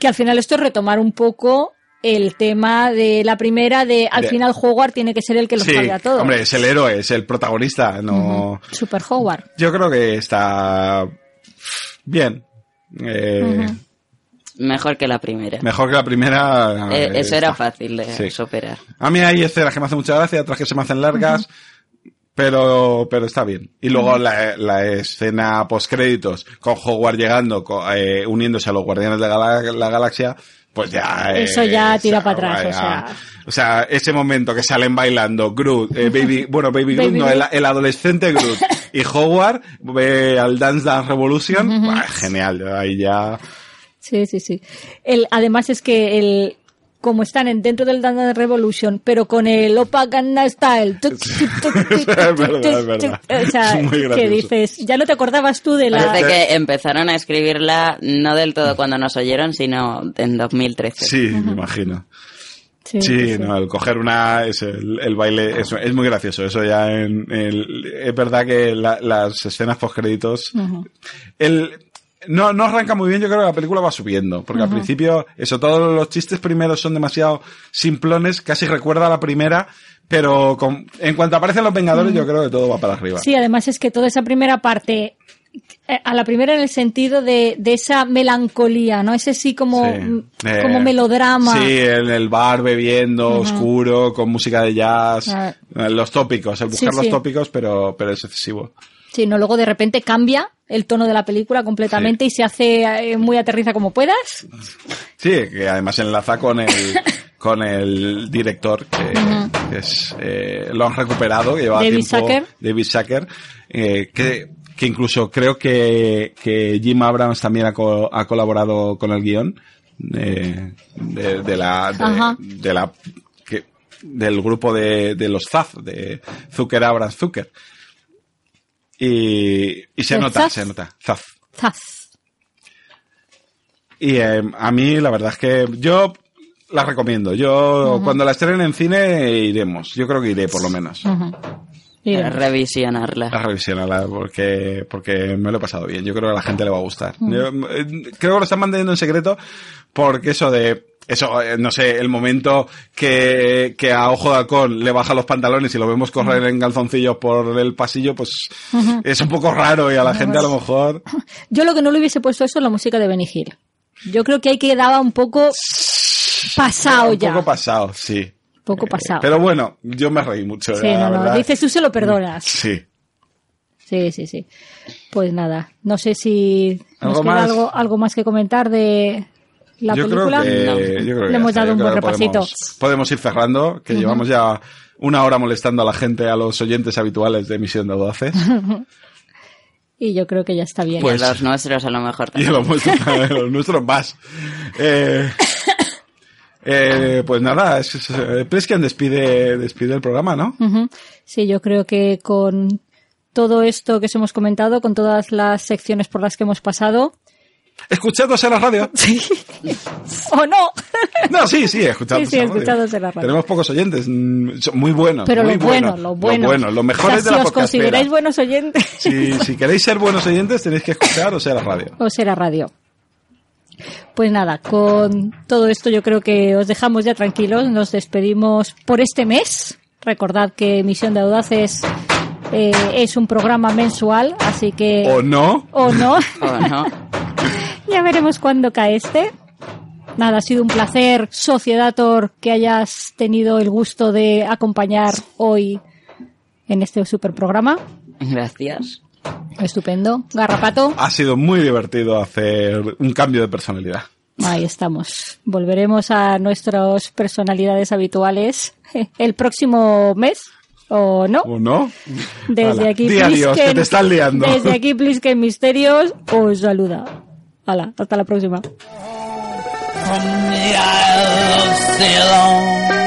Speaker 6: Que al final esto es retomar un poco el tema de la primera de al
Speaker 5: De-
Speaker 6: final Howard tiene que ser el que los
Speaker 5: Sí,
Speaker 6: salve a todos.
Speaker 5: hombre, es el héroe, es el protagonista. No,
Speaker 6: Super Howard.
Speaker 5: Yo creo que está bien. Eh,
Speaker 7: Mejor que la primera.
Speaker 5: Mejor que la primera.
Speaker 7: Eh,
Speaker 5: eh,
Speaker 7: eso era
Speaker 5: está.
Speaker 7: fácil de
Speaker 5: Sí.
Speaker 7: superar.
Speaker 5: A mí hay escenas que me hacen mucha gracia, otras que se me hacen largas, pero, pero está bien. Y luego la, la escena postcréditos con Howard llegando, co- eh, uniéndose a los Guardianes de Gala- la Galaxia, pues ya... eh,
Speaker 6: Eso ya tira
Speaker 5: o sea,
Speaker 6: pa' atrás,
Speaker 5: vaya-
Speaker 6: o sea.
Speaker 5: o sea, ese momento que salen bailando Groot, eh, Baby, bueno, Baby Groot,
Speaker 6: Baby
Speaker 5: no, el,
Speaker 6: Groot.
Speaker 5: el adolescente Groot y Howard eh, al Dance Dance Revolution, bah, genial, ahí ya...
Speaker 6: Sí, sí, sí. El, además es que el como están en, dentro del Dance Dance Revolution, pero con el Opa Gangnam Style. tuc, tuc, tuc, tuc,
Speaker 5: Es verdad,
Speaker 6: tuc,
Speaker 5: es verdad.
Speaker 6: tuc, O sea,
Speaker 5: Es muy
Speaker 6: que
Speaker 5: gracioso.
Speaker 6: dices, ya no te acordabas tú de la...
Speaker 7: Parece que empezaron a escribirla no del todo cuando nos oyeron, sino en 2013.
Speaker 5: Sí, me imagino.
Speaker 6: Sí,
Speaker 5: Sí,
Speaker 6: sí.
Speaker 5: no, el coger una, es el, el baile,
Speaker 6: Ah.
Speaker 5: es, es muy gracioso. Eso ya en, el- es verdad que la- las escenas post créditos, el, no, no arranca muy bien. Yo creo que la película va subiendo, porque al principio, eso, todos los chistes primeros son demasiado simplones, casi recuerda a la primera, pero con- en cuanto aparecen los Vengadores, yo creo que todo va para arriba.
Speaker 6: Sí, además es que toda esa primera parte, eh, a la primera en el sentido de, de esa melancolía, ¿no? Ese sí como,
Speaker 5: Sí.
Speaker 6: mm,
Speaker 5: Eh,
Speaker 6: como melodrama.
Speaker 5: Sí, en el bar bebiendo, oscuro, con música de jazz.
Speaker 6: Ah.
Speaker 5: Eh, Los tópicos, el buscar
Speaker 6: Sí,
Speaker 5: los
Speaker 6: sí.
Speaker 5: tópicos, pero, pero es excesivo.
Speaker 6: Sí, no, luego de repente cambia el tono de la película completamente y se hace eh, muy aterriza como puedas.
Speaker 5: Sí, que además enlaza con el, con el director, que, que es, eh, lo han recuperado, que llevaba
Speaker 6: David
Speaker 5: tiempo,
Speaker 6: Zucker.
Speaker 5: David Zucker, eh, que, que incluso creo que, que Jim Abrams también ha, co- ha colaborado con el guión de, de, de la,
Speaker 6: Ajá.
Speaker 5: de, de la que- del grupo de, de los Zaz, de Zucker Abrams Zucker. Y, y se
Speaker 6: ¿El
Speaker 5: nota,
Speaker 6: Zaz?
Speaker 5: se nota. Zaz.
Speaker 6: Zaz.
Speaker 5: Y eh, a mí la verdad es que yo la recomiendo. Yo cuando la estrenen en cine iremos. Yo creo que iré por lo menos
Speaker 6: Y-
Speaker 7: Para
Speaker 5: a
Speaker 7: revisionarla.
Speaker 5: revisionarla porque porque me lo he pasado bien. Yo creo que a la gente le va a gustar. Yo, eh, creo que lo están manteniendo en secreto porque eso de eso, eh, no sé, el momento que, que a Ojo de Halcón le baja los pantalones y lo vemos correr en calzoncillos por el pasillo, pues es un poco raro y a la gente a lo mejor...
Speaker 6: Yo lo que no le hubiese puesto eso es la música de Benny Hill. Yo creo que ahí quedaba un poco pasado
Speaker 5: un
Speaker 6: ya.
Speaker 5: poco pasado, sí.
Speaker 6: Poco
Speaker 5: Eh,
Speaker 6: pasado.
Speaker 5: Pero bueno, yo me reí mucho. eh,
Speaker 6: sí,
Speaker 5: la
Speaker 6: no, no.
Speaker 5: verdad.
Speaker 6: Dices tú se lo perdonas.
Speaker 5: Sí.
Speaker 6: Sí, sí, sí. Pues nada, no sé si nos
Speaker 5: ¿Algo
Speaker 6: queda
Speaker 5: más?
Speaker 6: algo, algo más que comentar de la
Speaker 5: yo,
Speaker 6: película.
Speaker 5: Creo que,
Speaker 7: No.
Speaker 5: yo creo que
Speaker 6: Le
Speaker 5: ya
Speaker 6: hemos
Speaker 5: está.
Speaker 6: dado
Speaker 5: Yo
Speaker 6: un
Speaker 5: creo
Speaker 6: buen
Speaker 5: que
Speaker 6: repasito.
Speaker 5: Podemos, podemos ir cerrando, que llevamos ya una hora molestando a la gente, a los oyentes habituales de Misión de Audaces.
Speaker 6: Y yo creo que ya está bien.
Speaker 5: Pues-
Speaker 7: Y a los nuestros a lo mejor
Speaker 5: y
Speaker 7: también.
Speaker 5: a los nuestros, a los nuestros más. Eh, Eh, pues nada, es, es- eh, Plesken despide, despide el programa, ¿no?
Speaker 6: Ujú. Sí, yo creo que con todo esto que os hemos comentado, con todas las secciones por las que hemos pasado,
Speaker 5: Escuchadnos en la radio.
Speaker 6: Sí. o ¡Oh, no,
Speaker 5: No, sí, sí, escuchadnos
Speaker 6: Sí, sí,
Speaker 5: en la radio.
Speaker 6: escuchadnos en la radio.
Speaker 5: Tenemos pocos oyentes, mm, son muy buenos.
Speaker 6: pero
Speaker 5: muy
Speaker 6: los buenos, los buenos.
Speaker 5: Los buenos, los mejores
Speaker 6: O sea,
Speaker 5: de la
Speaker 6: Si os
Speaker 5: podcastera.
Speaker 6: consideráis buenos oyentes,
Speaker 5: Si, si queréis ser buenos oyentes, tenéis que escuchar o sea la radio.
Speaker 6: o será radio. Pues nada, con todo esto yo creo que os dejamos ya tranquilos. Nos despedimos por este mes. Recordad que Misión de Audaces eh, es un programa mensual, así que...
Speaker 5: ¿O no?
Speaker 6: o no.
Speaker 7: Oh, no.
Speaker 6: Ya veremos cuándo cae este. Nada, ha sido un placer, Sociedator, que hayas tenido el gusto de acompañar hoy en este super programa.
Speaker 7: Gracias.
Speaker 6: Estupendo. Garrapato,
Speaker 5: Ha sido muy divertido hacer un cambio de personalidad.
Speaker 6: ahí estamos. Volveremos a nuestras personalidades habituales eh, el próximo mes, ¿o no?
Speaker 5: ¿O no?
Speaker 6: Desde
Speaker 5: Hala,
Speaker 6: aquí,
Speaker 5: di adiós, que
Speaker 6: Plisken-
Speaker 5: te están liando.
Speaker 6: Desde aquí, Plisken Misterios, os saluda. Hala, hasta la próxima.
Speaker 8: from the Isle of Ceylon.